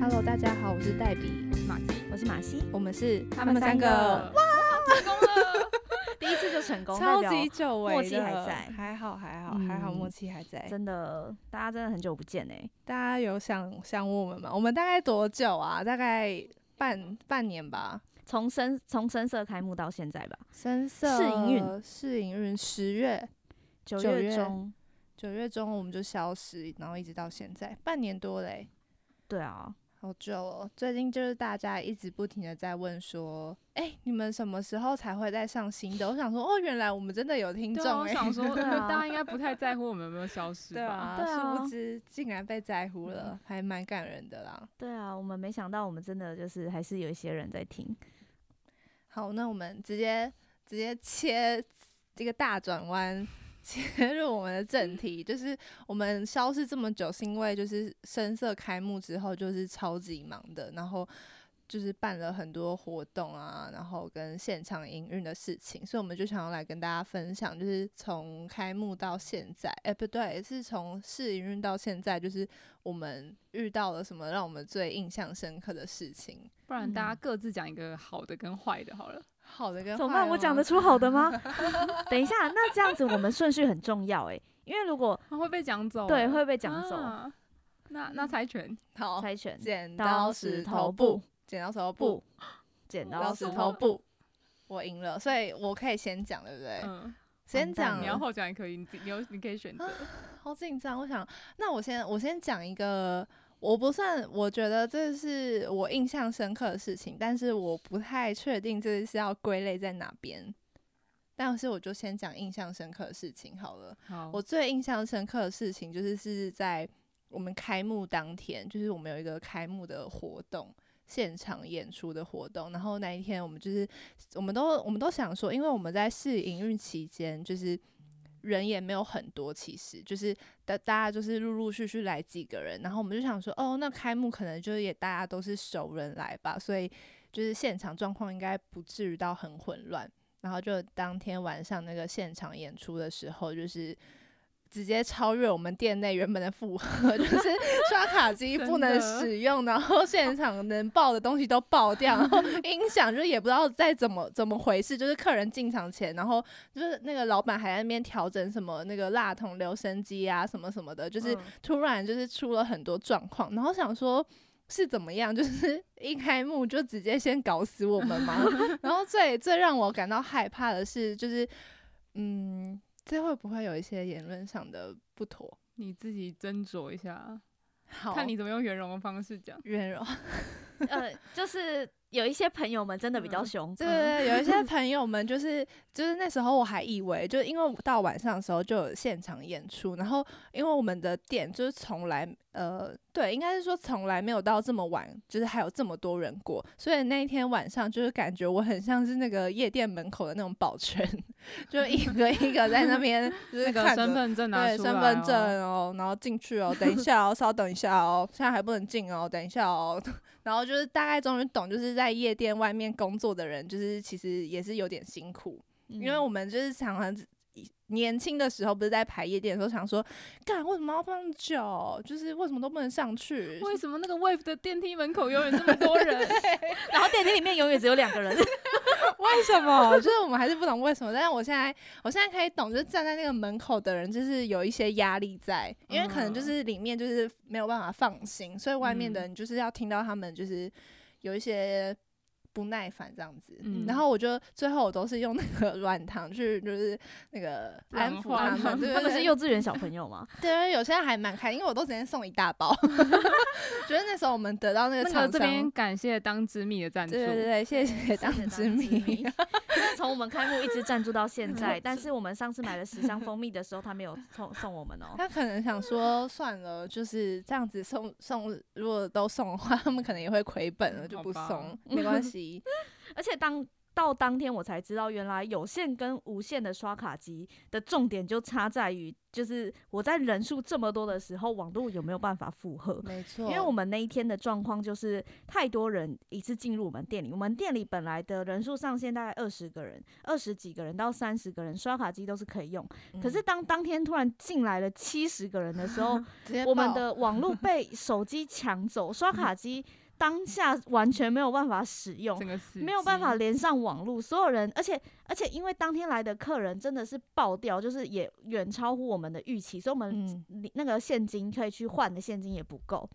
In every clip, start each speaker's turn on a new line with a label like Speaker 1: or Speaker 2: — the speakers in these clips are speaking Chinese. Speaker 1: Hello，大家好，我是黛比马吉，
Speaker 2: 我是马西，
Speaker 1: 我们是
Speaker 2: 他们三个哇，成功 了，第一次就成功，
Speaker 1: 超
Speaker 2: 代
Speaker 1: 级
Speaker 2: 表
Speaker 1: 久违，
Speaker 2: 默契还在
Speaker 1: 还好还好还好，
Speaker 2: 嗯
Speaker 1: 默契还在。
Speaker 2: 真的，大家真的很久不见哎，
Speaker 1: 大家有想想我们吗？我们大概多久啊？大概半半年吧。
Speaker 2: 从深从深色开幕到现在吧，
Speaker 1: 深色
Speaker 2: 试营运，
Speaker 1: 试营运十月
Speaker 2: 九
Speaker 1: 九
Speaker 2: 月
Speaker 1: 月
Speaker 2: 中，
Speaker 1: 九月中我们就消失，然后一直到现在半年多嘞、
Speaker 2: 对啊，
Speaker 1: 好久哦。最近就是大家一直不停的在问说，哎、你们什么时候才会再上新的？我想说，哦，原来我们真的有听
Speaker 3: 对
Speaker 1: 众
Speaker 3: 啊，我
Speaker 1: 哎、
Speaker 3: 想 说，
Speaker 2: 对啊
Speaker 3: 大家应该不太在乎我们有没有消失
Speaker 1: 对
Speaker 3: 吧？
Speaker 1: 啊，
Speaker 2: 对啊
Speaker 1: 殊不知竟然被在乎了，还蛮感人的啦。
Speaker 2: 对啊，我们没想到我们真的就是还是有一些人在听，
Speaker 1: 好，那我们直接直接切这个大转弯， 切入我们的正题，就是我们消失这么久，是因为就是深色开幕之后就是超级忙的，然后。就是办了很多活动啊，然后跟现场营运的事情，所以我们就想要来跟大家分享，就是从开幕到现在，哎、不对，是从试营运到现在，就是我们遇到了什么让我们最印象深刻的事情，
Speaker 3: 不然大家
Speaker 1: 嗯
Speaker 3: 各自讲一个好的跟坏的好了。
Speaker 1: 好的跟
Speaker 2: 怎么
Speaker 1: 坏哦
Speaker 2: 办？
Speaker 1: 的
Speaker 2: 我讲
Speaker 1: 吗
Speaker 2: 得出好的吗？ 等一下，那这样子我们顺序很重要哎，因为如果
Speaker 3: 啊会被讲走，
Speaker 2: 对会被讲走，
Speaker 3: 啊那那猜拳，
Speaker 1: 好，
Speaker 2: 猜拳，
Speaker 1: 剪
Speaker 2: 刀
Speaker 1: 刀
Speaker 2: 石
Speaker 1: 石
Speaker 2: 头
Speaker 1: 头
Speaker 2: 布
Speaker 1: 布，剪刀石头
Speaker 2: 不
Speaker 1: 布，，
Speaker 2: 剪
Speaker 3: 刀
Speaker 2: 刀
Speaker 1: 刀
Speaker 2: 石
Speaker 1: 石
Speaker 2: 头
Speaker 3: 石
Speaker 1: 头
Speaker 3: 头
Speaker 1: 布，我赢了，所以我可以先讲，对不对？
Speaker 3: 嗯，
Speaker 1: 先
Speaker 2: 完蛋
Speaker 1: 讲
Speaker 2: 了
Speaker 3: 你，要后讲也可以，你自己你有你可以选择。
Speaker 1: 好紧张。我想，那我先我先讲一个，我不算，我觉得这是我印象深刻的事情，但是我不太确定这是要归类在哪边。但是我就先讲印象深刻的事情好了。
Speaker 3: 好，
Speaker 1: 我最印象深刻的事情就是是在我们开幕当天，就是我们有一个开幕的活动，现场演出的活动。然后那一天我们就是，我们都我们都想说，因为我们在试营运期间，就是人也没有很多，其实就是大大家就是陆陆续续来几个人，然后我们就想说，哦，那开幕可能就是也大家都是熟人来吧，所以就是现场状况应该不至于到很混乱。然后就当天晚上那个现场演出的时候，就是直接超越我们店内原本的负荷， 就是刷卡机
Speaker 3: 真的
Speaker 1: 不能使用，然后现场能爆的东西都爆掉，然后音响就也不知道再怎么怎么回事，就是客人进场前，然后就是那个老板还在那边调整什么那个蜡筒留声机啊什么什么的，就是
Speaker 3: 嗯
Speaker 1: 突然就是出了很多状况，然后想说。是怎么样？就是 一开幕就直接先搞死我们吗？ 然后最最让我感到害怕的是，就是嗯，这会不会有一些言论上的不妥？
Speaker 3: 你自己斟酌一下，
Speaker 1: 好，
Speaker 3: 看你怎么用圆融的方式讲。
Speaker 1: 圆融，
Speaker 2: 呃，就是有一些朋友们真的比较
Speaker 3: 嗯
Speaker 2: 凶，
Speaker 1: 对对对，有一 些朋友们就是就是那时候我还以为，就因为到晚上的时候就有现场演出，然后因为我们的店就是从来呃对，应该是说从来没有到这么晚，就是还有这么多人过，所以那一天晚上就是感觉我很像是那个夜店门口的那种保全， 就一个一个在那边就是
Speaker 3: 那个
Speaker 1: 看着
Speaker 3: 身份证拿
Speaker 1: 对，
Speaker 3: 出来哦
Speaker 1: 身份证，哦，然后进去哦，等一下哦，稍等一下哦，现在还不能进哦，等一下哦， 然后就是大概终于懂，就是在夜店外面工作的人，就是其实也是有点辛苦，
Speaker 2: 嗯，
Speaker 1: 因为我们就是常常年轻的时候不是在排夜店的时候想说，干为什么要放酒，就是为什么都不能上去，
Speaker 3: 为什么那个 wave 的电梯门口永远这么 多人？
Speaker 2: 嗯然后电梯里面永远只有两个人，
Speaker 1: 为什么？就是我们还是不懂为什么，但是我现在我现在可以懂，就是站在那个门口的人，就是有一些压力在，因为可能就是里面就是没有办法放心，所以外面的人就是要听到他们就是有一些不耐烦这样子。
Speaker 3: 嗯
Speaker 1: 然后我就最后我都是用那个软糖去就是那个安抚他
Speaker 3: 软化
Speaker 1: 们，对
Speaker 2: 哦他
Speaker 1: 对
Speaker 2: 们是
Speaker 1: 对
Speaker 2: 幼稚园小朋 友吗？
Speaker 1: 对，有些人还蛮开心，因为我都直接送一大包。 觉得那时候我们得到那个
Speaker 3: 那
Speaker 1: 厂
Speaker 3: 个这边
Speaker 1: 商，
Speaker 3: 感谢当之蜜的赞助
Speaker 1: 对，对对，谢谢当之
Speaker 2: 米
Speaker 1: 蜜。，
Speaker 2: 就是从我们开幕一直赞助到现在，但是我们上次买了十箱蜂蜜的时候，他没有送送我们哦。
Speaker 1: 他可能想说，算了，就是这样子送送，如果都送的话， 他们可能也会亏本了，
Speaker 3: 嗯
Speaker 1: 就
Speaker 3: 好
Speaker 1: 不
Speaker 3: 吧
Speaker 1: 送， 没关系。
Speaker 2: 而且当到当天我才知道，原来有线跟无线的刷卡机的重点就差在于，就是我在人数这么多的时候，网络有没有办法负荷？
Speaker 1: 没错
Speaker 2: 因为我们那一天的状况就是太多人一次进入我们店里，我们店里本来的人数上限大概二十个人，二十几个人到三十个人，刷卡机都是可以用。
Speaker 1: 嗯
Speaker 2: 可是当当天突然进来了七十个人的时候，
Speaker 1: 直接
Speaker 2: 我们
Speaker 1: 爆
Speaker 2: 的网络被手机抢走，刷卡机当下完全没有办法使用
Speaker 3: 整，个死
Speaker 2: 没有办
Speaker 3: 机
Speaker 2: 法连上网络，所有人，而且而且因为当天来的客人真的是爆掉，就是也远超乎我们的预期，所以我们
Speaker 1: 嗯，
Speaker 2: 里那个现金可以去换的现金也不够，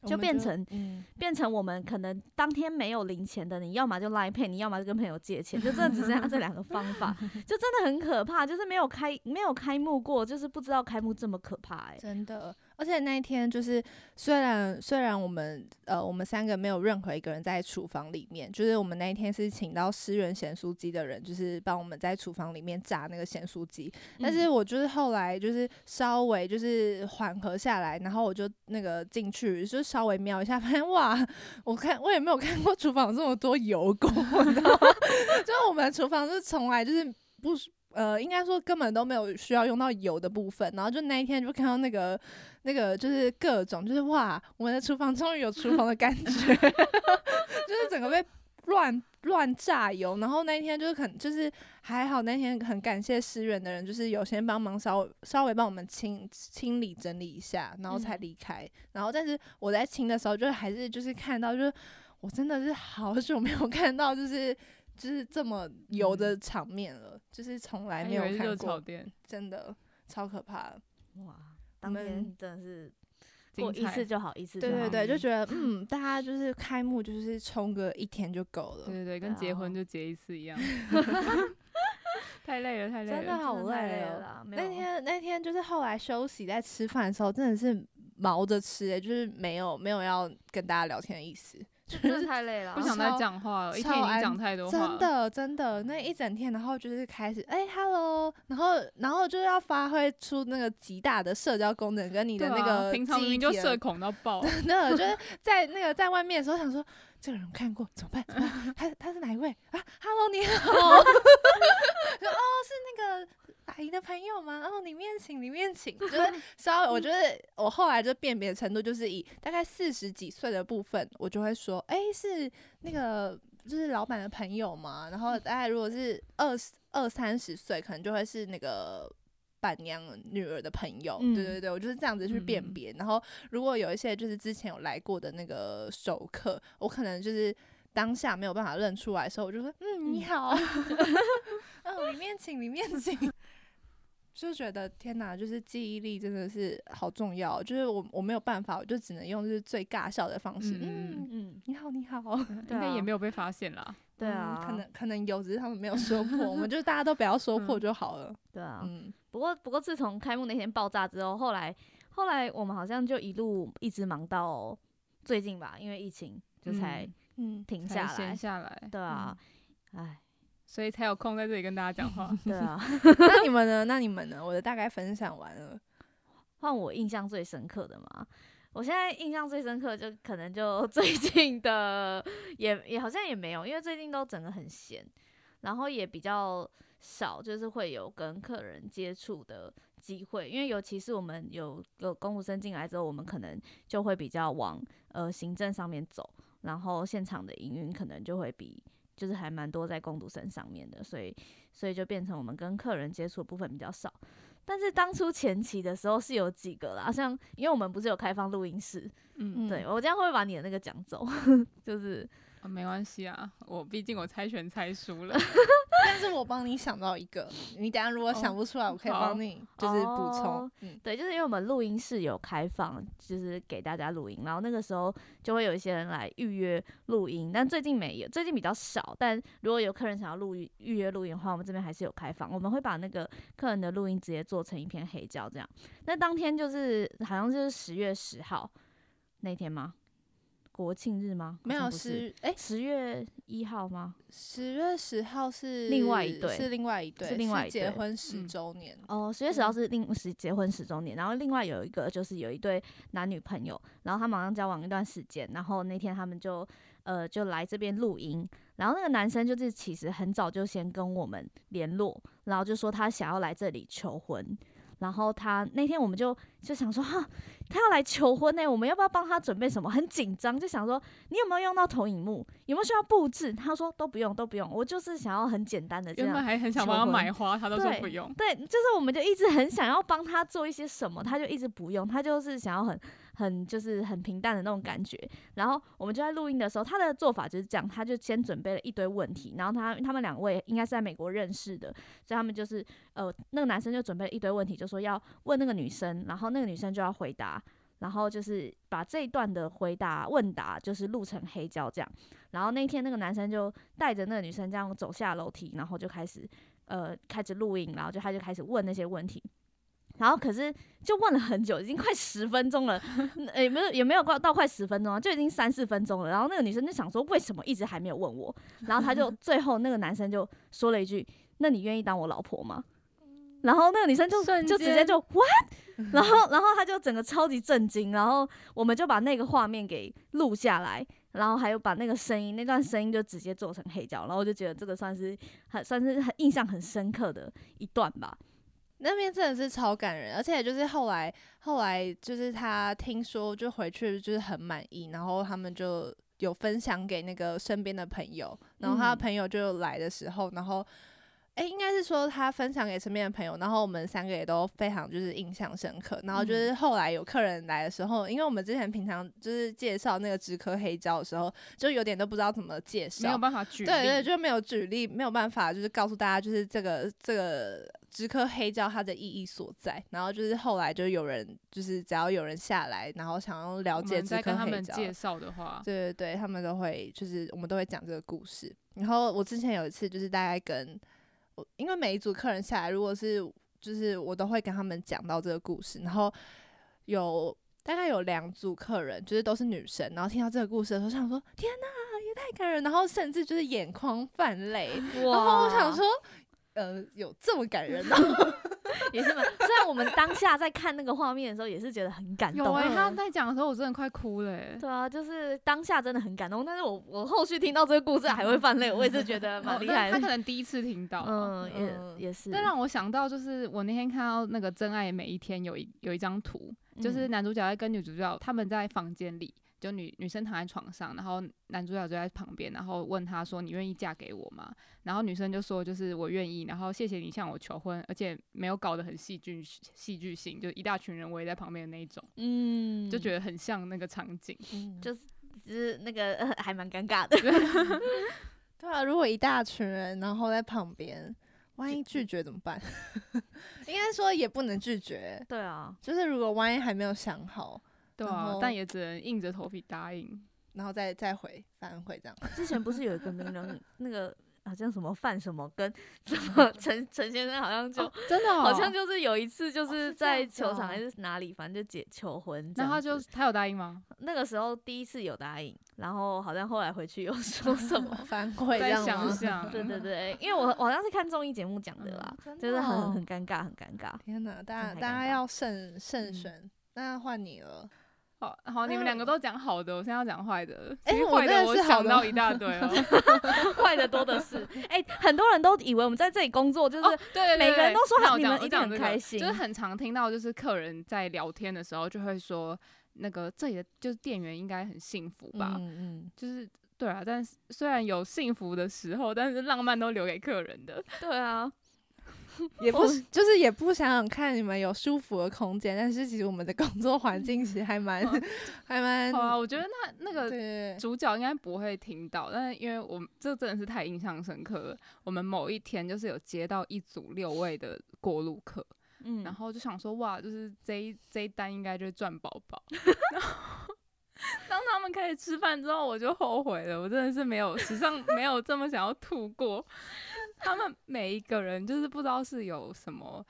Speaker 1: 我
Speaker 2: 就
Speaker 1: 们
Speaker 2: 变成
Speaker 1: 嗯，
Speaker 2: 变成我们可能当天没有零钱的，你要么就 Line Pay，你要么就跟朋友借钱，就真的只剩下这两个方法，就真的很可怕，就是没有开没有开幕过，就是不知道开幕这么可怕哎、
Speaker 1: 真的。而且那一天就是，虽然虽然我们呃我们三个没有任何一个人在厨房里面，就是我们那一天是请到诗源咸酥鸡的人，就是帮我们在厨房里面炸那个咸酥鸡。但是我就是后来就是稍微就是缓和下来，然后我就那个进去就稍微瞄一下，发现哇，我看我也没有看过厨房有这么多油垢， 你知道吗？就是我们厨房就是从来就是不是呃，应该说根本都没有需要用到油的部分。然后就那一天就看到那个那个就是各种就是哇，我们的厨房终于有厨房的感 觉，就是整个被乱乱炸油。然后那一天就是很就是还好那天很感谢思源的人，就是有先帮忙稍稍微帮我们清清理整理一下，然后才
Speaker 2: 嗯
Speaker 1: 离开。然后但是我在清的时候，就还是就是看到就是我真的是好久没有 看到就是。就是这么油的场面了，就是从来
Speaker 3: 嗯还
Speaker 1: 没
Speaker 3: 以
Speaker 1: 有
Speaker 3: 为是
Speaker 1: 看
Speaker 3: 热炒
Speaker 1: 过，
Speaker 3: 店，
Speaker 1: 真的超可怕的。
Speaker 2: 哇，当
Speaker 1: 们
Speaker 2: 天真的是
Speaker 3: 精
Speaker 2: 过一
Speaker 3: 彩
Speaker 2: 次就好，一次就
Speaker 1: 对对
Speaker 2: 好
Speaker 1: 对，就
Speaker 3: 嗯
Speaker 1: 觉得嗯，大家就是开幕就是冲个一天就够了
Speaker 3: 对，对对，跟结婚
Speaker 2: 啊
Speaker 3: 就结一次一样， 太累了，太累了，
Speaker 1: 真的好
Speaker 2: 真的太
Speaker 1: 累
Speaker 2: 了
Speaker 1: 哦。
Speaker 2: 啦，没
Speaker 1: 那
Speaker 2: 有
Speaker 1: 天那天就是后来休息在吃饭的时候，真的是忙着吃、欸，就是没有没有要跟大家聊天的意 思，
Speaker 2: 就真的太累了
Speaker 3: 不想再讲话了，一天已
Speaker 1: 超
Speaker 3: 经
Speaker 1: 安
Speaker 3: 讲太多话
Speaker 1: 真
Speaker 3: 了，嗯
Speaker 1: 的真的那一整天，然后就是开始哎、h e l l o 然后然后就要发挥出那个极大的社交功能跟你
Speaker 3: 你
Speaker 1: 的那个
Speaker 3: 啊平常
Speaker 1: 记
Speaker 3: 明
Speaker 1: 忆
Speaker 3: 明就
Speaker 1: 体啊的
Speaker 3: 社 恐到爆，
Speaker 1: 真的就是在那个在外面的时候，想说这个人我看过，怎么办？怎么办？他他是哪一位啊？Hello，你好。 说哦，是那个阿姨的朋友吗？哦，里面请，里面请。就是稍微，我觉得我后来就辨别程度，就是以大概四十几岁的部分，我就会说，哎、是那个就是老板的朋友嘛。然后大概如果是二十二三十岁，可能就会是那个。伴娘女儿的朋友，
Speaker 2: 嗯
Speaker 1: 对对对，我就是这样子去辨
Speaker 3: 嗯
Speaker 1: 别。然后如果有一些就是之前有来过的那个熟客，我可能就是当下没有办法认出来的时候，我就说嗯你好，嗯里面请里面请， 就觉得天哪，就是记忆力真的是好重要，就是我我没有办法，我就只能用就是最尬笑的方式，
Speaker 3: 嗯
Speaker 1: 嗯
Speaker 2: 嗯，
Speaker 1: 你好你好，
Speaker 2: 对
Speaker 3: 应该也
Speaker 2: 啊
Speaker 3: 没有被发现啦。
Speaker 2: 对
Speaker 1: 嗯
Speaker 2: 啊，
Speaker 1: 可能可能有，只是他们没有说破，我们就大家都不要说破就好了，
Speaker 2: 对啊，
Speaker 1: 嗯，
Speaker 2: 不过，不过自从开幕那天爆炸之后，后来后来我们好像就一路一直忙到最近吧，因为疫情就才
Speaker 3: 嗯
Speaker 1: 嗯，
Speaker 2: 停
Speaker 3: 才
Speaker 2: 下来。
Speaker 3: 闲下来，
Speaker 2: 对啊，哎、
Speaker 3: 所以才有空在这里跟大家 讲话。
Speaker 2: 对啊。
Speaker 1: 那你们呢？那你们呢？我的大概分享完了，
Speaker 2: 换我印象最深刻的嘛，我现在印象最深刻就可能就 最近的也也好像也没有，因为最近都整个很闲，然后也比较少，就是会有跟客人接触的机会，因为尤其是我们有有公务生进来之后，我们可能就会比较往呃行政上面走，然后现场的营运可能就会比。就是还蛮多在工读生上面的，所以所以就变成我们跟客人接触的部分比较少。但是当初前期的时候是有几个啦，像因为我们不是有开放录音室，
Speaker 3: 嗯，
Speaker 2: 对我这样会不会把你的那个讲走， 就是
Speaker 3: 啊
Speaker 1: 嗯
Speaker 3: 没关系啊，我毕竟我猜拳猜输 了，
Speaker 1: 但是我帮你想到一个，你等下如果想不出来，我可以
Speaker 3: 好
Speaker 1: 帮你就是补充
Speaker 2: 哦。
Speaker 1: 嗯
Speaker 2: 对，就是因为我们录音室有开放，就是给大家录音，然后那个时候就会有一些人来预约录音，但最近没有，最近比较少。但如果有客人想要录音预约录音的话，我们这边还是有开放，我们会把那个客人的录音直接做成一篇黑胶这样。那当天就是好像就是十月十号那天吗？国庆日吗？
Speaker 1: 没
Speaker 2: 好
Speaker 1: 有
Speaker 2: 像不是
Speaker 1: 十哎
Speaker 2: 十月一号吗？
Speaker 1: 十月十号是
Speaker 2: 另外一对
Speaker 1: 是另外一对
Speaker 2: 是另外一对
Speaker 1: 结婚十
Speaker 3: 嗯
Speaker 1: 周年。
Speaker 2: 哦，十月十号是另是结婚十周年，然后另外有一个就是有一对男女朋友，然后他们好像交往一段时间，然后那天他们就呃就来这边录音，然后那个男生就是其实很早就先跟我们联络，然后就说他想要来这里求婚。然后他那天我们就就想说哈，他要来求婚欸呢、我们要不要帮他准备什么？很紧张，就想说你有没有用到投影幕，有没有需要布置？他说都不用，都不用，我就是想要很简单的这
Speaker 3: 原
Speaker 2: 样
Speaker 3: 本还很想
Speaker 2: 求
Speaker 3: 帮他
Speaker 2: 婚
Speaker 3: 买花，他都说
Speaker 2: 对
Speaker 3: 不用。
Speaker 2: 对，就是我们就一直很想要帮他做一些什么，他就一直不用，他就是想要很很就是很平淡的那种感觉。然后我们就在录音的时候，他的做法就是这样，他就先准备了一堆问题，然后他他们两位应该是在美国认识的，所以他们就是呃，那个男生就准备了一堆问题，就说要问那个女生，然后那个女生就要回答。然后就是把这一段的回答问答就是录成黑胶这样。然后那天那个男生就带着那个女生这样走下楼梯，然后就开始呃开始录音，然后就他就开始问那些问题。然后可是就问了很久，已经快十分钟了，呃也没有也没有快到快十分钟啊，就已经三四分钟了。然后那个女生就想说，为什么一直还没有问我？然后他就最后那个男生就说了一句：“那你愿意当我老婆吗？”然后那个女生就
Speaker 3: 瞬
Speaker 2: 就直接
Speaker 3: 间
Speaker 2: 就 what？然后 然后他就整个超级震惊，然后我们就把那个画面给录下来，然后还有把那个声音那段声音就直接做成黑胶，然后我就觉得这个算是很算是很印象很深刻的一段吧。
Speaker 1: 那边真的是超感人，而且就是后来后来就是他听说就回去就是很满意，然后他们就有分享给那个身边的朋友，然后他的
Speaker 2: 嗯
Speaker 1: 朋友就来的时候，然后。诶，应该是说他分享给身边的朋友，然后我们三个也都非常就是印象深刻。然后
Speaker 3: 嗯
Speaker 1: 就是后来有客人来的时候，因为我们之前平常就是介绍那个植科黑胶的时候，就有点都不知道怎么介绍，
Speaker 3: 没有办法举例，
Speaker 1: 对对，就没有举例，没有办法，就是告诉大家，就是这个这个植科黑胶它的意义所在。然后就是后来就有人，就是只要有人下来，然后想要了
Speaker 3: 我
Speaker 1: 解
Speaker 3: 们
Speaker 1: 植
Speaker 3: 在
Speaker 1: 科
Speaker 3: 跟他
Speaker 1: 黑
Speaker 3: 们
Speaker 1: 胶，
Speaker 3: 介绍的话，
Speaker 1: 对对对，他们都会就是我们都会讲这个故事。然后我之前有一次就是大概跟我，因为每一组客人下来，如果是就是我都会跟他们讲到这个故事，然后有。大概有两组客人，就是都是女生，然后听到这个故事的时候，想说：“天哪，也太感人！”然后甚至就是眼眶泛泪。然后我想说，呃，有这么感人吗？
Speaker 2: 也是蛮，虽然我们当下在看那个画面的时候，也是觉得很感
Speaker 3: 有
Speaker 2: 动。
Speaker 3: 哎、
Speaker 1: 嗯
Speaker 3: 他在讲的时候，我真的快哭了、欸。
Speaker 2: 对啊，就是当下真的很感动，但是我我后续听到这个故事还会泛泪，我也是觉得蛮
Speaker 3: 哦
Speaker 2: 厉
Speaker 3: 但
Speaker 2: 害
Speaker 3: 他
Speaker 2: 的
Speaker 3: 可。能第一次听到哦吧。
Speaker 2: 嗯，
Speaker 1: 嗯
Speaker 2: 也也是。
Speaker 3: 这让我想到，就是我那天看到那个《真爱每一天》有一有一张图，就是
Speaker 2: 嗯
Speaker 3: 男主角在跟女主角他们在房间里，就女女生躺在床上，然后男主角就在旁边，然后问她说：“你愿意嫁给我吗？”然后女生就说：“就是我愿意。”然后谢谢你向我求婚，而且没有搞得很戏剧戏剧性，就一大群人围在旁边的那一种，
Speaker 2: 嗯，
Speaker 3: 就觉得很像那个场景。
Speaker 1: 就
Speaker 2: 就是那个、呃还蛮尴尬的。
Speaker 1: 对啊，如果一大群人然后在旁边，万一拒绝怎么办？ 应该说也不能拒绝，
Speaker 2: 对啊，
Speaker 1: 就是如果万一还没有想好，
Speaker 3: 对
Speaker 1: 然
Speaker 3: 啊
Speaker 1: 后，
Speaker 3: 但也只能硬着头皮答应。
Speaker 1: 然后再再回反悔这样。
Speaker 2: 之前不是有一个名人那个。好像什么范什么 跟什么陈陈先生好像就、
Speaker 3: 哦真的、哦，
Speaker 2: 好像就是有一次就
Speaker 1: 哦哦
Speaker 2: 是
Speaker 1: 是这样
Speaker 2: 在
Speaker 1: 子哦，
Speaker 2: 球场还是哪里，反正就结求婚这
Speaker 3: 那
Speaker 2: 样子。
Speaker 3: 他就他有答应吗？
Speaker 2: 那个时候第一次有答应，然后好像后来回去有 说什么
Speaker 1: 反悔这
Speaker 3: 再
Speaker 1: 样啊
Speaker 3: 想
Speaker 1: 吗？
Speaker 3: 想，
Speaker 2: 对对对，因为我我好像是看综艺节目讲的啦，
Speaker 1: 真的
Speaker 2: 就是很
Speaker 1: 哦
Speaker 2: 很尴尬，很尴尬。
Speaker 1: 天哪，大家
Speaker 2: 太尴
Speaker 1: 大家
Speaker 2: 尬
Speaker 1: 要慎慎
Speaker 3: 嗯
Speaker 1: 选。那换你了，
Speaker 3: 好好，你们
Speaker 2: 嗯
Speaker 3: 两个都讲好的，我现在要讲坏的。
Speaker 1: 哎
Speaker 3: 其实
Speaker 1: 我
Speaker 3: 坏
Speaker 1: 真
Speaker 3: 的
Speaker 1: 的
Speaker 3: 我
Speaker 1: 是好
Speaker 3: 想
Speaker 1: 的
Speaker 3: 到一大堆 哦。
Speaker 2: 坏的多 的是。哎、很多人都以为我们在这里工作就是、
Speaker 3: 哦，对对对，
Speaker 2: 每个人
Speaker 3: 对
Speaker 2: 都说
Speaker 3: 那
Speaker 2: 好
Speaker 3: 我
Speaker 2: 你
Speaker 3: 讲
Speaker 2: 们
Speaker 3: 我
Speaker 2: 一定
Speaker 3: 讲
Speaker 2: 很
Speaker 3: 这个
Speaker 2: 开心
Speaker 3: 就是很常听到，就是客人在聊天的时候就会说，那个这里的就是店员应该很幸福吧？
Speaker 1: 嗯嗯，
Speaker 3: 就是对啊，但是虽然有幸福的时候，但是浪漫都留给客人的。
Speaker 2: 对啊，
Speaker 1: 也不是就是也不想想看你们有舒服的空间，但是其实我们的工作环境其实还蛮还蛮
Speaker 3: 好啊，我觉得那那个
Speaker 1: 对
Speaker 3: 主角应该不会听到，但是因为我们这真的是太印象深刻了。我们某一天就是有接到一组六位的过路客，
Speaker 2: 嗯，
Speaker 3: 然后就想说哇，就是这一这一单应该就是赚饱饱。 然后当他们开始吃饭之后，我就后悔了，我真的是没有史上没有这么想要吐过。他们每一个人就是不知道是有什么，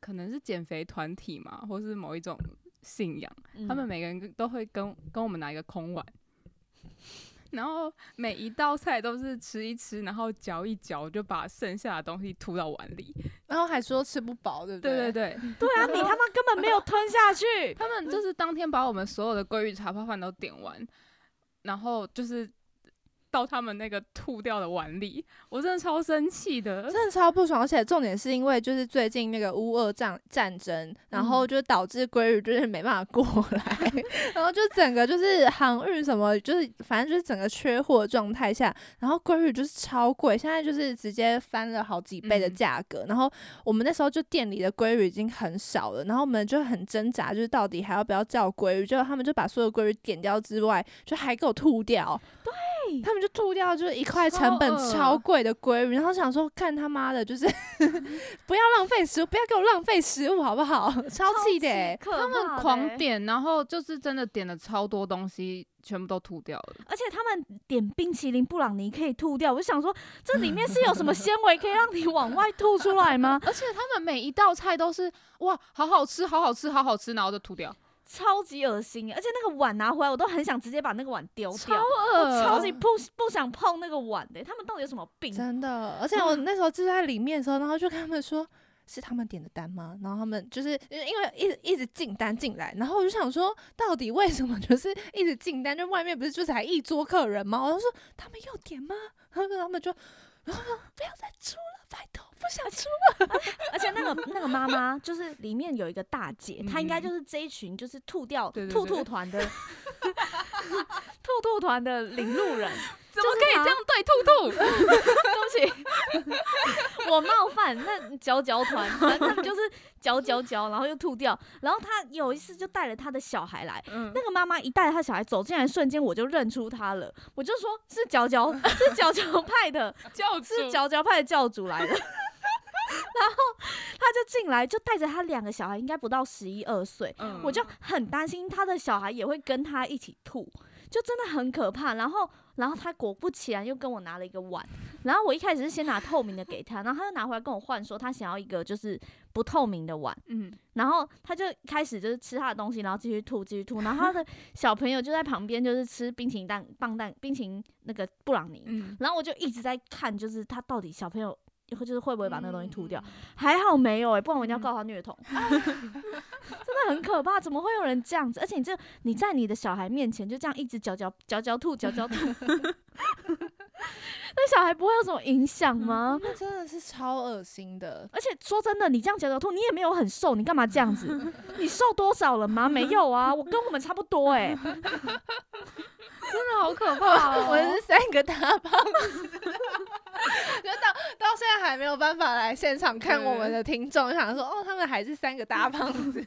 Speaker 3: 可能是减肥团体嘛，或是某一种信仰。
Speaker 2: 嗯
Speaker 3: 他们每个人都会跟跟我们拿一个空碗， 然后每一道菜都是吃一吃，然后嚼一嚼，就把剩下的东西吐到碗里。
Speaker 1: 然后还说吃不饱，对不对
Speaker 3: 对对对，
Speaker 2: 对啊，你他妈根本没有吞下去。
Speaker 3: 他们就是当天把我们所有的鲑鱼茶泡饭都点完，然后就是到他们那个吐掉的碗里，我真的超生气的。
Speaker 1: 真的超不爽，而且重点是因为就是最近那个乌俄战战争，然后就导致鲑鱼就是没办法过来， 然后就整个就是航运什么，就是反正就是整个缺货状态下，然后鲑鱼就是超贵，现在就是直接翻了好几倍的
Speaker 3: 嗯
Speaker 1: 价格。然后我们那时候就店里的鲑鱼已经很少了，然后我们就很挣扎，就是到底还要不要叫鲑鱼？结果他们就把所有鲑鱼点掉之外，就还给我吐掉。他们就吐掉就是一块成本
Speaker 3: 超恶嗯
Speaker 1: 超贵的鲑鱼，然后想说看他妈的，就是 不要浪费食物，不要给我浪费食物好不好？ 超气的、欸，
Speaker 2: 他
Speaker 3: 他们狂，点，然后就是真的点了超多东西，全部都吐掉了。
Speaker 2: 而且他们点冰淇淋布朗尼可以吐掉，我就想说这里面是有什么纤维可以让你往外吐出来吗？
Speaker 3: 而且他们每一道菜都是哇，好好吃，好好吃，好好吃，然后就吐掉，
Speaker 2: 超级恶心，而且那个碗拿回来，我都很想直接把那个碗丢
Speaker 3: 超
Speaker 2: 掉，
Speaker 3: 恶
Speaker 2: 我超级不不想碰那个碗的、欸他们到底有什么病？
Speaker 1: 真的。而且我
Speaker 3: 嗯
Speaker 1: 那时候就在里面的时候，然后就跟他们说。是他们点的单吗？然后他们就是因为因为一直一直进单进来，然后我就想说，到底为什么就是 一直进单？就外面不是就才一桌客人吗？我就说他们又点吗？ 然后他们就，然后说不要再出了，拜托，不想出了。
Speaker 2: 而且那个那个妈妈就是里面有一个大姐，她应该
Speaker 3: 嗯
Speaker 2: 就是这一群就是吐掉
Speaker 3: 对对
Speaker 2: 兔
Speaker 3: 对
Speaker 2: 兔团的 兔兔团的领路人。
Speaker 3: 怎么可以这样对兔兔？
Speaker 2: 对不起， 我冒犯那嚼嚼团，反正他们就是嚼嚼嚼，然后又吐掉。然后她有一次就带了她的小孩来，
Speaker 3: 嗯，
Speaker 2: 那个妈妈一带她小孩走进来，瞬间我就认出她了，我就说是嚼嚼， 是嚼嚼派的，
Speaker 3: 教主
Speaker 2: 是嚼嚼派的 教主来了。然后她就进来，就带着她两个小孩，应该不到十一二岁，
Speaker 3: 嗯
Speaker 2: 我就很担心她的小孩也会跟她一起吐，就真的很可怕。然后，然后她果不其然又跟我拿了一个碗，然后我一开始是先拿透明的给她，然后她就拿回来跟我换说她想要一个就是不透明的碗。
Speaker 3: 嗯，
Speaker 2: 然后他就开始就是吃他的东西，然后继续吐，继续吐。然后他的小朋友就在旁边，就是吃冰淇淋蛋、棒蛋、冰淇淋那个布朗尼。
Speaker 3: 嗯，
Speaker 2: 然后我就一直在看，就是他到底小朋友会就是会不会把那个东西吐
Speaker 3: 嗯
Speaker 2: 掉？还好没有哎、不然我一定要告他虐 童，真的很可怕。怎么会有人这样子？而且你这你在你的小孩面前就这样一直嚼嚼嚼嚼吐嚼嚼吐， 那小孩不会有什么影响
Speaker 3: 啊
Speaker 2: 吗？
Speaker 1: 那真的是超恶心的。
Speaker 2: 而且说真的，你这样嚼嚼吐，你也没有很瘦，你干嘛这样子？你瘦多少了吗？没有啊，我跟我们差不多 哎、
Speaker 3: 真的好可怕哦
Speaker 1: 我是三个大胖子， 就到到现在还没有办法来现场看我们的听众，就想说哦，他们还是三个大胖 子。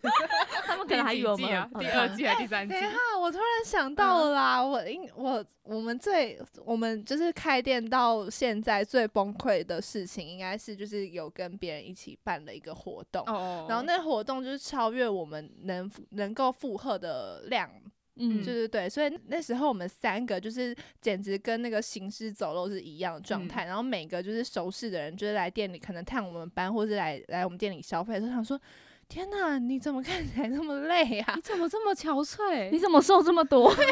Speaker 2: 他们可
Speaker 3: 第
Speaker 2: 能还以为我
Speaker 3: 几季
Speaker 2: 们
Speaker 3: 啊？
Speaker 2: 很
Speaker 3: 第
Speaker 2: 很
Speaker 3: 二
Speaker 2: 胖
Speaker 3: 季还是第三季
Speaker 1: 等一？下，我突然想到了啦，我应我我们最我们就是开店到现在最崩溃的事情，应该是就是有跟别人一起办了一个活动。
Speaker 3: 哦，
Speaker 1: 然后那活动就是超越我们能能够负荷的量，
Speaker 2: 嗯，
Speaker 1: 就
Speaker 2: 就是
Speaker 1: 对，所以那时候我们三个就是简直跟那个行尸走肉是一样的
Speaker 3: 嗯
Speaker 1: 状态。然后每个就是熟识的人，就是来店里可能探我们班，或是来来我们店里消费，就想说：天哪，你怎么看起来这么累啊
Speaker 3: 你？怎么这么憔
Speaker 2: 你
Speaker 3: 悴？
Speaker 2: 怎么瘦这么多？
Speaker 1: 所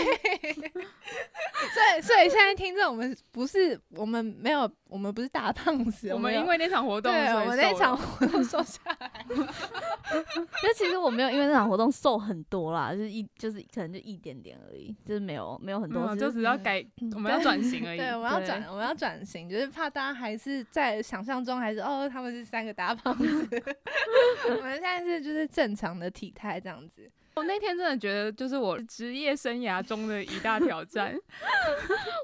Speaker 1: 以，所以现在听着，我们不是我们没有，我们不是大胖子，
Speaker 3: 我
Speaker 1: 们
Speaker 3: 们因
Speaker 1: 有
Speaker 3: 为那场活动，
Speaker 1: 对
Speaker 3: 所以
Speaker 1: 我们那
Speaker 3: 瘦
Speaker 1: 场
Speaker 3: 了
Speaker 1: 活动瘦下来，
Speaker 2: 就其实我没有因为那场活动瘦很多啦，就是一就是可能就一点点而已，就是没有没有很
Speaker 3: 没
Speaker 2: 多，
Speaker 1: 嗯
Speaker 3: 有，嗯就只要改，我们要转型而 已。
Speaker 1: 对，我们要
Speaker 2: 对
Speaker 1: 转，我们要转型，就是怕大家还是在想象中还是哦，他们是三个大胖子， 我们现在是就是正常的体态这样子。
Speaker 3: 我那天真的觉得，就是我职业生涯中的一大 挑战。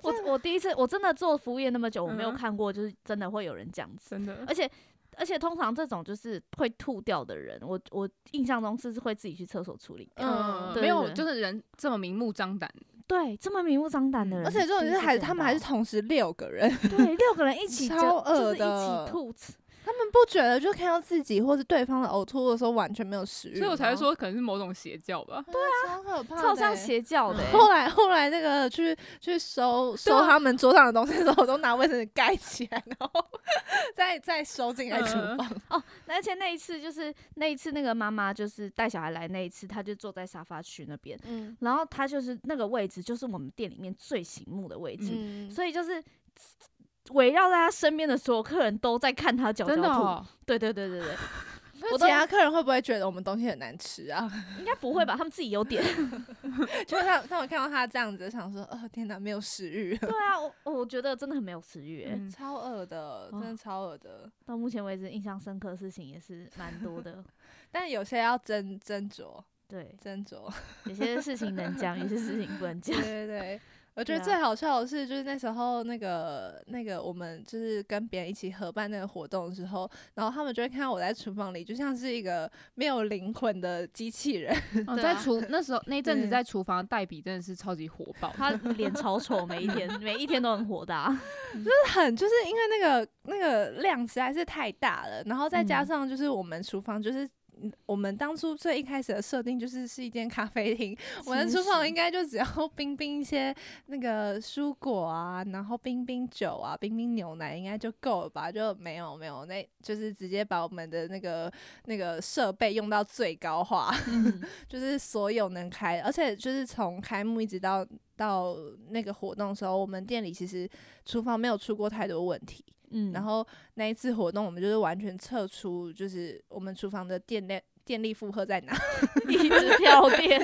Speaker 2: 我我第一次我真的做服务业那么久，我没有
Speaker 3: 嗯
Speaker 2: 看过就是真的会有人这样子，
Speaker 3: 真的，
Speaker 2: 而且。而且通常这种就是会吐掉的人，我我印象中是会自己去厕所处理掉。
Speaker 1: 嗯
Speaker 3: 嗯，
Speaker 2: 对
Speaker 3: 没有，
Speaker 2: 对
Speaker 3: 就是人这么明目张胆，
Speaker 2: 对，这么明目张胆的
Speaker 3: 嗯
Speaker 2: 人，
Speaker 1: 而且这种
Speaker 2: 第一
Speaker 1: 就是
Speaker 2: 次
Speaker 1: 还
Speaker 2: 见
Speaker 1: 他们还 是
Speaker 2: 到
Speaker 1: 同时六个人，
Speaker 2: 对，六个人一起就
Speaker 1: 超
Speaker 2: 就是
Speaker 1: 恶
Speaker 2: 一
Speaker 1: 的
Speaker 2: 起吐，
Speaker 1: 他们不觉得就看到自己或是对方的呕吐的时候完全没有食欲，
Speaker 3: 所以我才会，说可能是某种邪教吧。
Speaker 1: 对啊，超可怕的欸，
Speaker 2: 超像邪教的 欸、
Speaker 1: 后来后来那个去去收收他们桌上的东西的时候，我都拿卫生纸盖起来，然后 再再收进来厨
Speaker 3: 嗯
Speaker 1: 房。
Speaker 2: 哦，而且那一次就是那一次那个妈妈就是带小孩来那一次，她就坐在沙发区那边，
Speaker 1: 嗯
Speaker 2: 然后她就是那个位置就是我们店里面最醒目的位置，
Speaker 1: 嗯，
Speaker 2: 所以就是。围绕在她身边的所有客人都在看她脚脚
Speaker 3: 真
Speaker 2: 吐，
Speaker 3: 的哦，
Speaker 2: 对对对对对，
Speaker 1: 我
Speaker 2: 都
Speaker 1: 其他客人会不会觉得我们东西很难吃啊？
Speaker 2: 应该不会吧？他们自己有点。
Speaker 1: 就是他他们看到他这样子，想说，哦天哪，没有食欲，
Speaker 2: 对啊，我我觉得真的很没有食欲、欸。
Speaker 3: 嗯
Speaker 1: 超饿的，真的超饿的。
Speaker 2: 到目前为止，印象深刻的事情也是蛮多的。
Speaker 1: 但有些要斟斟酌，
Speaker 2: 对，
Speaker 1: 斟酌。
Speaker 2: 有些事情能讲，有些事情不能讲
Speaker 1: 对。对对，我觉
Speaker 2: 对啊
Speaker 1: 得最好笑的是，就是那时候那个那个我们就是跟别人一起合办那个活动的时候，然后他们就会看到我在厨房里就像是一个没有灵魂的机器人，
Speaker 3: 哦，
Speaker 2: 对
Speaker 3: 在
Speaker 2: 啊
Speaker 3: 厨那时候那一阵子
Speaker 1: 对
Speaker 3: 在厨房的代笔真的是超级火爆的，
Speaker 2: 他脸超丑，每一天每一天都很火大。
Speaker 1: 很就是因为那个那个量实在是太大了，然后再加
Speaker 3: 嗯
Speaker 1: 上就是我们厨房就是。嗯我们当初最一开始的设定就是是一间咖啡厅，我们的厨房应该就只要 冰冰一些那个蔬果啊，然后冰冰酒啊，冰冰牛奶应该就够了吧？就没有没有，那就是直接把我们的那个那个设备用到最高化， 就是所有能开，而且就是从开幕一直到到那个活动的时候，我们店里其实厨房没有出过太多问题。
Speaker 2: 嗯
Speaker 1: 然后那一次活动，我们就是完全测出，就是我们厨房的电量、电力负荷在哪。
Speaker 2: 一直跳电，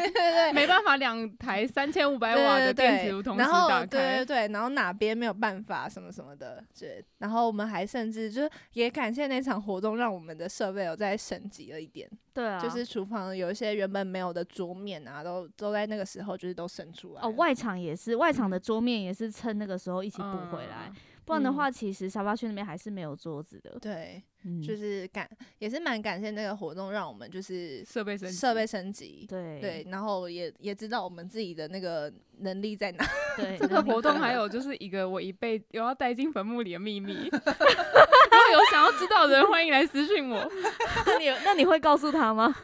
Speaker 3: 没办法，两台三千五百
Speaker 1: 对
Speaker 3: 瓦的
Speaker 1: 对
Speaker 3: 电
Speaker 1: 对
Speaker 3: 磁炉同时
Speaker 1: 然后
Speaker 3: 打
Speaker 1: 对对
Speaker 3: 开，嗯
Speaker 1: 对，然后哪边没有办法什么什么的，对。然后我们还甚至就是也感谢那场活动，让我们的设备有再升级了一点，
Speaker 2: 对啊，
Speaker 1: 就是厨房有一些原本没有的桌面啊，都都在那个时候就是都生出来了。
Speaker 2: 哦，外场也是，外场的桌面也是趁那个时候一起补回来，不然的话，其实沙发区那边还是没有桌子的。
Speaker 1: 对，
Speaker 2: 嗯，
Speaker 1: 就是感也是蛮感谢那个活动，让我们就是
Speaker 3: 嗯设备升级
Speaker 1: 设备升级。
Speaker 2: 对
Speaker 1: 对， 然后也也知道我们自己的那个能力在哪。
Speaker 2: 对，
Speaker 3: 这
Speaker 2: 能
Speaker 3: 个
Speaker 2: 力
Speaker 3: 活动
Speaker 2: 不一样
Speaker 3: 还 有就是一个我一辈有要带进坟墓里的秘密。 如果有想要知道的人，欢迎来私信我。
Speaker 2: 那你那你会告诉他吗？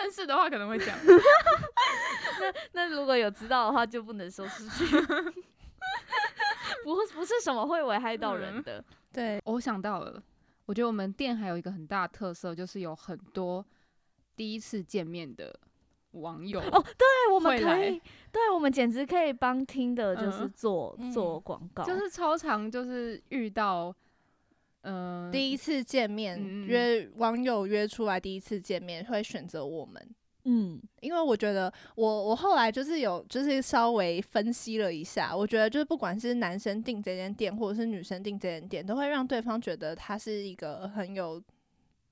Speaker 3: 认识的话可能会讲。
Speaker 2: 那如果有知道的话，就不能说出去。 不不是什么会危害到人的，
Speaker 1: 对，
Speaker 3: 我想到了，我觉得我们店还有一个很大的特色，就是有很多第一次见面的网友。
Speaker 2: 哦对，我们
Speaker 3: 嗯会
Speaker 2: 可
Speaker 3: 来
Speaker 2: 以，对我们简直可以帮听的，就是
Speaker 3: 嗯
Speaker 2: 做、
Speaker 1: 嗯
Speaker 2: 做广告，
Speaker 3: 就是超常就是遇到，嗯、
Speaker 1: 第一次见面、
Speaker 3: 嗯嗯
Speaker 1: 约网友约出来，第一次见面会选择我们，
Speaker 2: 嗯，
Speaker 1: 因为我觉得我我后来就是有就是稍微分析了一下，我觉得就是不管是男生订这间店，或者是女生订这间店，都会让对方觉得他是一个很有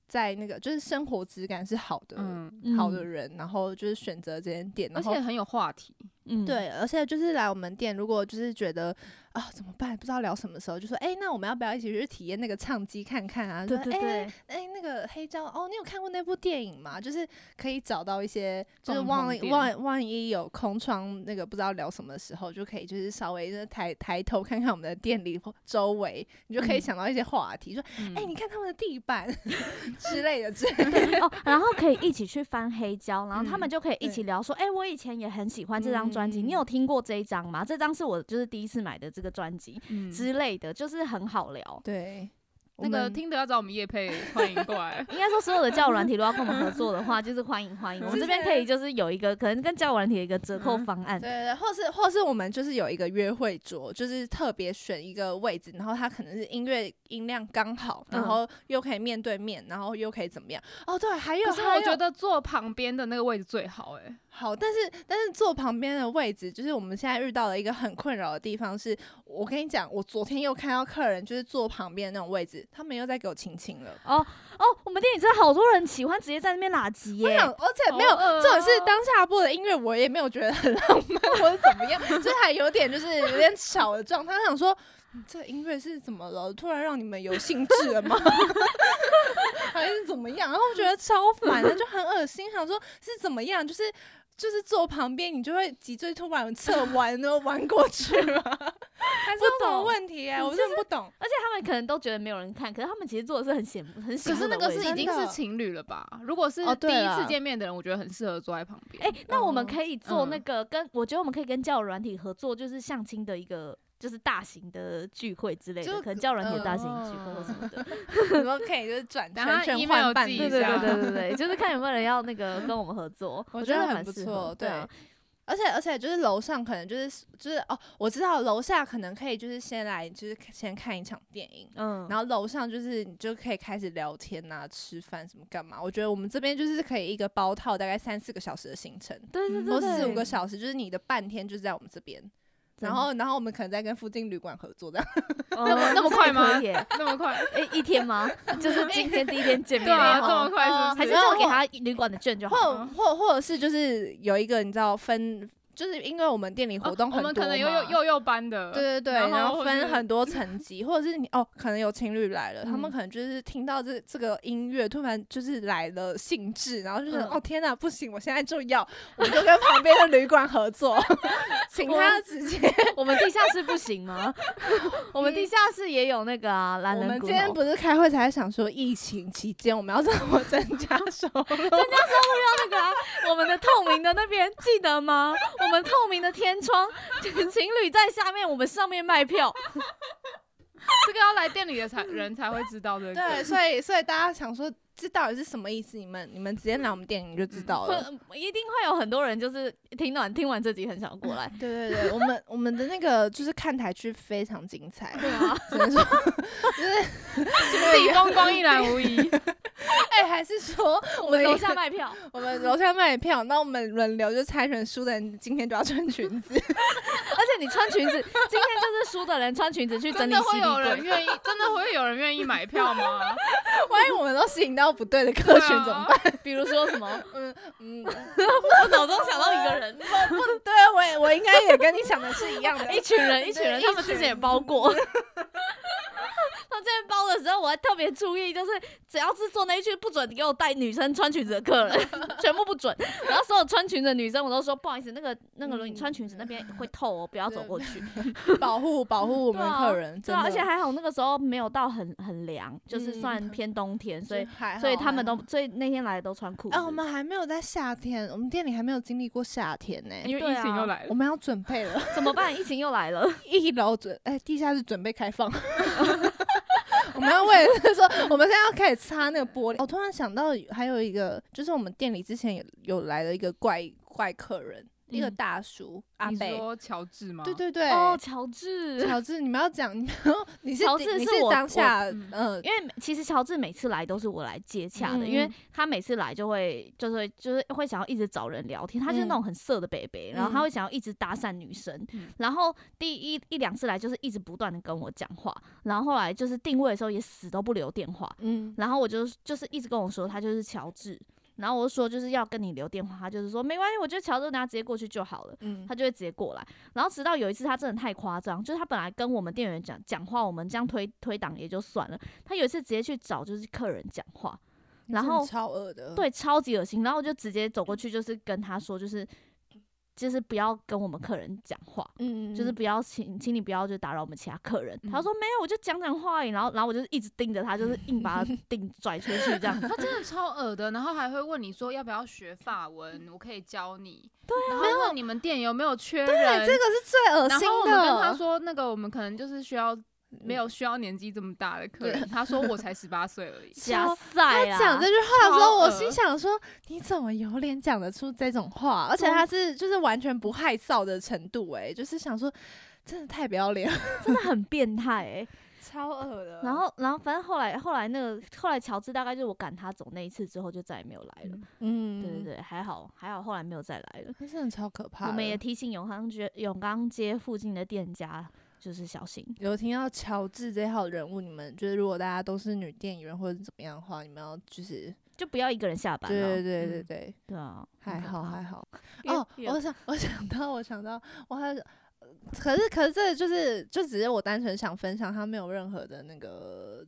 Speaker 1: 在那个就是生活质感是好的、
Speaker 3: 嗯，
Speaker 1: 好的人，然后就是选择这间店，
Speaker 3: 而
Speaker 1: 然后
Speaker 3: 且很有话题。
Speaker 2: 嗯，嗯，
Speaker 1: 对，而且就是来我们店，如果就是觉得啊怎么办，不知道聊什么时候，就说哎、那我们要不要一起去体验那个唱机看看啊？
Speaker 2: 对
Speaker 1: 说
Speaker 2: 对
Speaker 1: 哎
Speaker 2: 对，
Speaker 1: 哎、那个黑胶哦，你有看过那部电影吗？就是可以找到一些，就是
Speaker 3: 共
Speaker 1: 万
Speaker 3: 同
Speaker 1: 一
Speaker 3: 点
Speaker 1: 万万一有空窗，那个不知道聊什么的时候，就可以就是稍微就是抬抬头看看我们的店里或周围，你就可以
Speaker 2: 嗯
Speaker 1: 想到一些话题，说
Speaker 3: 嗯
Speaker 1: 哎、你看他们的地板 之类的之类的。
Speaker 2: 对哦，然后可以一起去翻黑胶，然后他们
Speaker 3: 嗯
Speaker 2: 就可以一起聊说，哎、我以前也很喜欢这张专辑，你
Speaker 1: 嗯
Speaker 2: 有听过这一张吗？这张是我就是第一次买的这个专辑
Speaker 3: 嗯
Speaker 2: 之类的，就是很好聊。。
Speaker 1: 对，
Speaker 3: 那个听得要找我们叶配，欢迎过来
Speaker 2: 应该说，所有的交友软体都要跟我们合作的话，就是欢迎欢迎。我们这边可以就是有一个可能跟交友软体的一个折扣
Speaker 3: 嗯
Speaker 2: 方案
Speaker 1: 对，对，或是或是我们就是有一个约会桌，就是特别选一个位置，然后它可能是音乐音量刚好，
Speaker 2: 嗯
Speaker 1: 然后又可以面对面，然后又可以怎么样？哦，对，还有
Speaker 3: 可是
Speaker 1: 还
Speaker 3: 我
Speaker 1: 有
Speaker 3: 觉得坐旁边的那个位置最好哎、
Speaker 1: 好，但是但是坐旁边的位置，就是我们现在遇到了一个很困扰的地方是，我跟你讲，我昨天又看到客人就是坐旁边的那种位置，他们又在给我亲亲了。
Speaker 2: 哦，我们店里真的好多人喜欢直接在那边拉机
Speaker 1: 我
Speaker 2: 耶、
Speaker 1: 想，而且没有
Speaker 3: 好，恶哦
Speaker 1: 这种是当下播的音乐，我也没有觉得很浪漫或者怎么样， 就是还有点就是有点吵的状态。我想说，嗯这音乐是怎么了？突然让你们有兴致了吗？ 还是怎么样？然后我觉得超烦的，就很恶心。想说是怎么样？就是就是坐旁边，你就会脊椎突然侧弯，然后弯过去吗？ 还是有什么
Speaker 2: 懂
Speaker 1: 问题
Speaker 3: 嗯
Speaker 1: 哎、我真的不 懂。
Speaker 2: 而且他们可能都觉得没有人看，可是他们其实做的是很显很喜
Speaker 3: 可
Speaker 2: 欢
Speaker 3: 是
Speaker 2: 的
Speaker 3: 那个
Speaker 2: 位
Speaker 3: 是
Speaker 2: 置
Speaker 3: 已经
Speaker 1: 真
Speaker 3: 是
Speaker 1: 的
Speaker 3: 情侣了吧？如果是
Speaker 1: 哦
Speaker 3: 第
Speaker 1: 对
Speaker 3: 一次
Speaker 1: 啦
Speaker 3: 见面的人，我觉得很适合坐在旁边。
Speaker 2: 哎、那我们
Speaker 1: 嗯
Speaker 2: 可以做那
Speaker 3: 嗯
Speaker 2: 个跟，我觉得我们可以跟交友软体合作，就是相亲的一个，就是大型的聚会之类的，
Speaker 1: 就
Speaker 2: 可能交友软体的大型
Speaker 3: 嗯
Speaker 2: 聚会或什么的。
Speaker 1: 你们可以就是转
Speaker 3: 等下
Speaker 1: 圈圈
Speaker 3: email
Speaker 1: 换伴
Speaker 3: 寄
Speaker 1: 侣，
Speaker 3: 一
Speaker 2: 对对
Speaker 3: 下
Speaker 2: 对对对对，就是看有没有人要那个跟我们合作，
Speaker 1: 我
Speaker 2: 我
Speaker 1: 觉得
Speaker 2: 还
Speaker 1: 很
Speaker 2: 蛮
Speaker 1: 不
Speaker 2: 适合
Speaker 1: 错
Speaker 2: 对啊
Speaker 1: 而且而且就是楼上可能就是就是哦，我知道楼下可能可以就是先来就是先看一场电影，
Speaker 2: 嗯，
Speaker 1: 然后楼上就是你就可以开始聊天呐、吃饭什么干嘛。我觉得我们这边就是可以一个包套大概三四个小时的行程，
Speaker 2: 对对
Speaker 3: 嗯
Speaker 2: 对
Speaker 1: 或
Speaker 2: 对，
Speaker 1: 哦四五个小时，就是你的半天就是在我们这边。
Speaker 2: 真
Speaker 1: 然
Speaker 2: 的
Speaker 1: 后，然后我们可能再跟附近旅馆合作这样。
Speaker 2: 哦
Speaker 3: 那么那么
Speaker 2: 这
Speaker 3: 快
Speaker 2: 也可
Speaker 3: 吗
Speaker 2: 以耶
Speaker 3: 那么快，
Speaker 2: 诶，一天吗？就是今天第一天见面，
Speaker 3: 对啊，
Speaker 2: 然后
Speaker 3: 这么快是不
Speaker 2: 哦还
Speaker 3: 是
Speaker 2: 是就给他旅馆的
Speaker 3: 啊
Speaker 2: 券就好了。
Speaker 1: 或或或者是就是有一个你知道分，就是因为我们店里活动
Speaker 3: 哦我
Speaker 1: 很多嘛、
Speaker 3: 们可能有幼幼幼班的，
Speaker 1: 对对对，
Speaker 3: 然后
Speaker 1: 然后
Speaker 3: 或是
Speaker 1: 分很 多层级，或者是你哦，可能有情侣来了，他
Speaker 3: 嗯
Speaker 1: 们可能就是听到这这个音乐，突然就是来了兴致，然后就是、
Speaker 2: 嗯
Speaker 1: 哦天哪，不行，我现在就要，我就跟旁边的旅馆合作， 请他直接。
Speaker 2: 我们地下室不行吗？我们地下室也有那个啊，懒
Speaker 1: 我
Speaker 2: 人
Speaker 1: 们
Speaker 2: 骨
Speaker 1: 今天
Speaker 2: 头
Speaker 1: 不是开会才想说，疫情期间我们要怎么增 加收入？
Speaker 2: 那个啊， 我们的透明的那边记得吗？我们透明的天窗， 情侣在下面，我们上面卖票。
Speaker 3: 这个要来店里的才人才会知道这个。
Speaker 1: 对，所以所以大家想说，这到底是什么意思？你们你们直接来我们店你就知道 了。
Speaker 2: 会呃一定会有很多人就是听完听完这集很想过来，
Speaker 1: 对对对，我们我们的那个就是看台区非常精彩，
Speaker 2: 对啊，
Speaker 1: 只 能说就是
Speaker 3: 自己风光一览无遗。
Speaker 1: 哎、还是说我们
Speaker 2: 楼下卖票，
Speaker 1: 我们楼下卖票，那我们轮流就猜拳输的人今天就要穿裙子。
Speaker 2: 而且你穿裙子，今天就是输的人穿裙子去整
Speaker 3: 真
Speaker 2: 理
Speaker 3: 的
Speaker 2: 行
Speaker 3: 会
Speaker 2: 李
Speaker 3: 有人
Speaker 2: 柜。
Speaker 3: 愿意？真的会有人愿意买票吗？啊
Speaker 1: 万一我们都吸引到不对的客群
Speaker 2: 啊
Speaker 1: 怎么办？
Speaker 3: 办？
Speaker 2: 比如说什么，
Speaker 1: 嗯嗯，
Speaker 2: 我脑中想到一个人，
Speaker 1: 不对，啊我也我应该也跟你想的是一样的。
Speaker 2: 一群人，一群人，
Speaker 1: 对
Speaker 2: 他们之前也包过。 他们之前包的时候，我还特别注意，就是只要是坐那一区，不准给我带女生穿裙子的客人，全部不准。然后所有穿裙子的女生，我都说不好意思，那个那个轮椅
Speaker 1: 嗯
Speaker 2: 穿裙子那边会透哦，不要走过去。
Speaker 1: 保护保护我们客人，
Speaker 2: 对啊，而且
Speaker 1: 还
Speaker 2: 还好那个时候没有到很很凉，就是
Speaker 1: 嗯
Speaker 2: 算偏冬天，所以
Speaker 1: 还好
Speaker 2: 所以他们都
Speaker 1: 还好
Speaker 2: 所以那天来的都穿裤子。
Speaker 1: 啊，我们还没有在夏天，我们店里还没有经历过夏天呢、
Speaker 3: 因为
Speaker 2: 对
Speaker 3: 疫
Speaker 2: 啊
Speaker 3: 情又来了
Speaker 1: 我，们要准备了，
Speaker 2: 怎么办？疫情又来了，
Speaker 1: 一楼准哎、地下室准备开放。 我们要为了说，我们现在要开始擦那个玻璃。我突然想到还有一个，就是我们店里之前有有来了一个怪怪客人，一个
Speaker 2: 嗯
Speaker 1: 大叔阿
Speaker 3: 你
Speaker 1: 贝，
Speaker 3: 说乔治吗？
Speaker 1: 对对对，
Speaker 2: 哦，乔治。
Speaker 1: 乔治，你们要讲， 你们要你是
Speaker 2: 乔
Speaker 1: 第
Speaker 2: 治
Speaker 1: 你
Speaker 2: 是
Speaker 1: 是
Speaker 2: 我我
Speaker 1: 当下
Speaker 3: 嗯
Speaker 1: 嗯
Speaker 2: 因为其实乔治每次来都是我来接洽的，
Speaker 1: 嗯
Speaker 2: 因为他每次来就会就是会就是会想要一直找人聊天，他就是那种很色的北北，然后他
Speaker 1: 嗯
Speaker 2: 会想要一直搭讪女生，
Speaker 3: 嗯
Speaker 2: 然后第一一两次来就是一直不断的跟我讲话，然后后来就是定位的时候也死都不留电话，
Speaker 1: 嗯，
Speaker 2: 然后我就就是一直跟我说他就是乔治，然后我就说就是要跟你留电话，他就是说没关系，我觉得乔治等下直接过去就好了。
Speaker 1: 嗯
Speaker 2: 他就会直接过来。然后直到有一次，他真的太夸张，就是他本来跟我们店员讲讲话，我们这样推推挡也就算了，他有一次直接去找就是客人讲话，然
Speaker 1: 真的
Speaker 2: 后
Speaker 1: 超恶的，
Speaker 2: 对，超级恶心。然后我就直接走过去，就是跟他说，就是就是不要跟我们客人讲话。
Speaker 1: 嗯，嗯
Speaker 2: 就是
Speaker 1: 嗯
Speaker 2: 不要请，请你不要就打扰我们其他客人。他
Speaker 3: 嗯
Speaker 2: 说没有，我就讲讲话而已。然后，然后我就一直盯着他，就是硬把他盯拽出去这样子。
Speaker 3: 他真的超恶的，然后还会问你说要不要学法文，我可以教你。
Speaker 2: 对
Speaker 3: 然后问你们店有没有缺人。
Speaker 1: 哎这个是最恶
Speaker 3: 然
Speaker 1: 心
Speaker 3: 后我们跟他
Speaker 1: 的。
Speaker 3: 说，那个我们可能就是需要没有需要年纪这么大的客人。他说我才十八岁而已。
Speaker 2: 加
Speaker 1: 超
Speaker 2: 塞
Speaker 1: 他讲
Speaker 2: 啦
Speaker 1: 这！句话的时候，
Speaker 3: 超
Speaker 1: 我
Speaker 3: 恶
Speaker 1: 心想说：“你怎么有脸讲得出这种话？而且他是就是完全不害臊的程度、欸，就是想说，真的太不要 脸了，
Speaker 2: 真的很变态哎、
Speaker 1: 超恶的
Speaker 2: 然后，然后，反正后来，后来那个，后来乔治大概就是我赶他走那一次之后，就再也没有来了。
Speaker 1: 嗯，
Speaker 2: 对对，对，还好，还好，后来没有再来了。
Speaker 1: 那真的超可怕的。
Speaker 2: 我们也提醒永康街、永康街附近的店家，就是小心。
Speaker 1: 有听到乔治这号人物，你们就是如果大家都是女店员或者怎么样的话，你们要就是
Speaker 2: 就不要一个人下班
Speaker 1: 对对对
Speaker 2: 了。
Speaker 3: 嗯
Speaker 1: 对对，
Speaker 2: 对啊，
Speaker 1: 还
Speaker 2: 很可
Speaker 1: 好
Speaker 2: 怕
Speaker 1: 还好。
Speaker 2: 因为
Speaker 1: 哦，
Speaker 2: 因为
Speaker 1: 我想我想到我想到我还。可是，可是，这就是就只是我单纯想分享，他没有任何的那个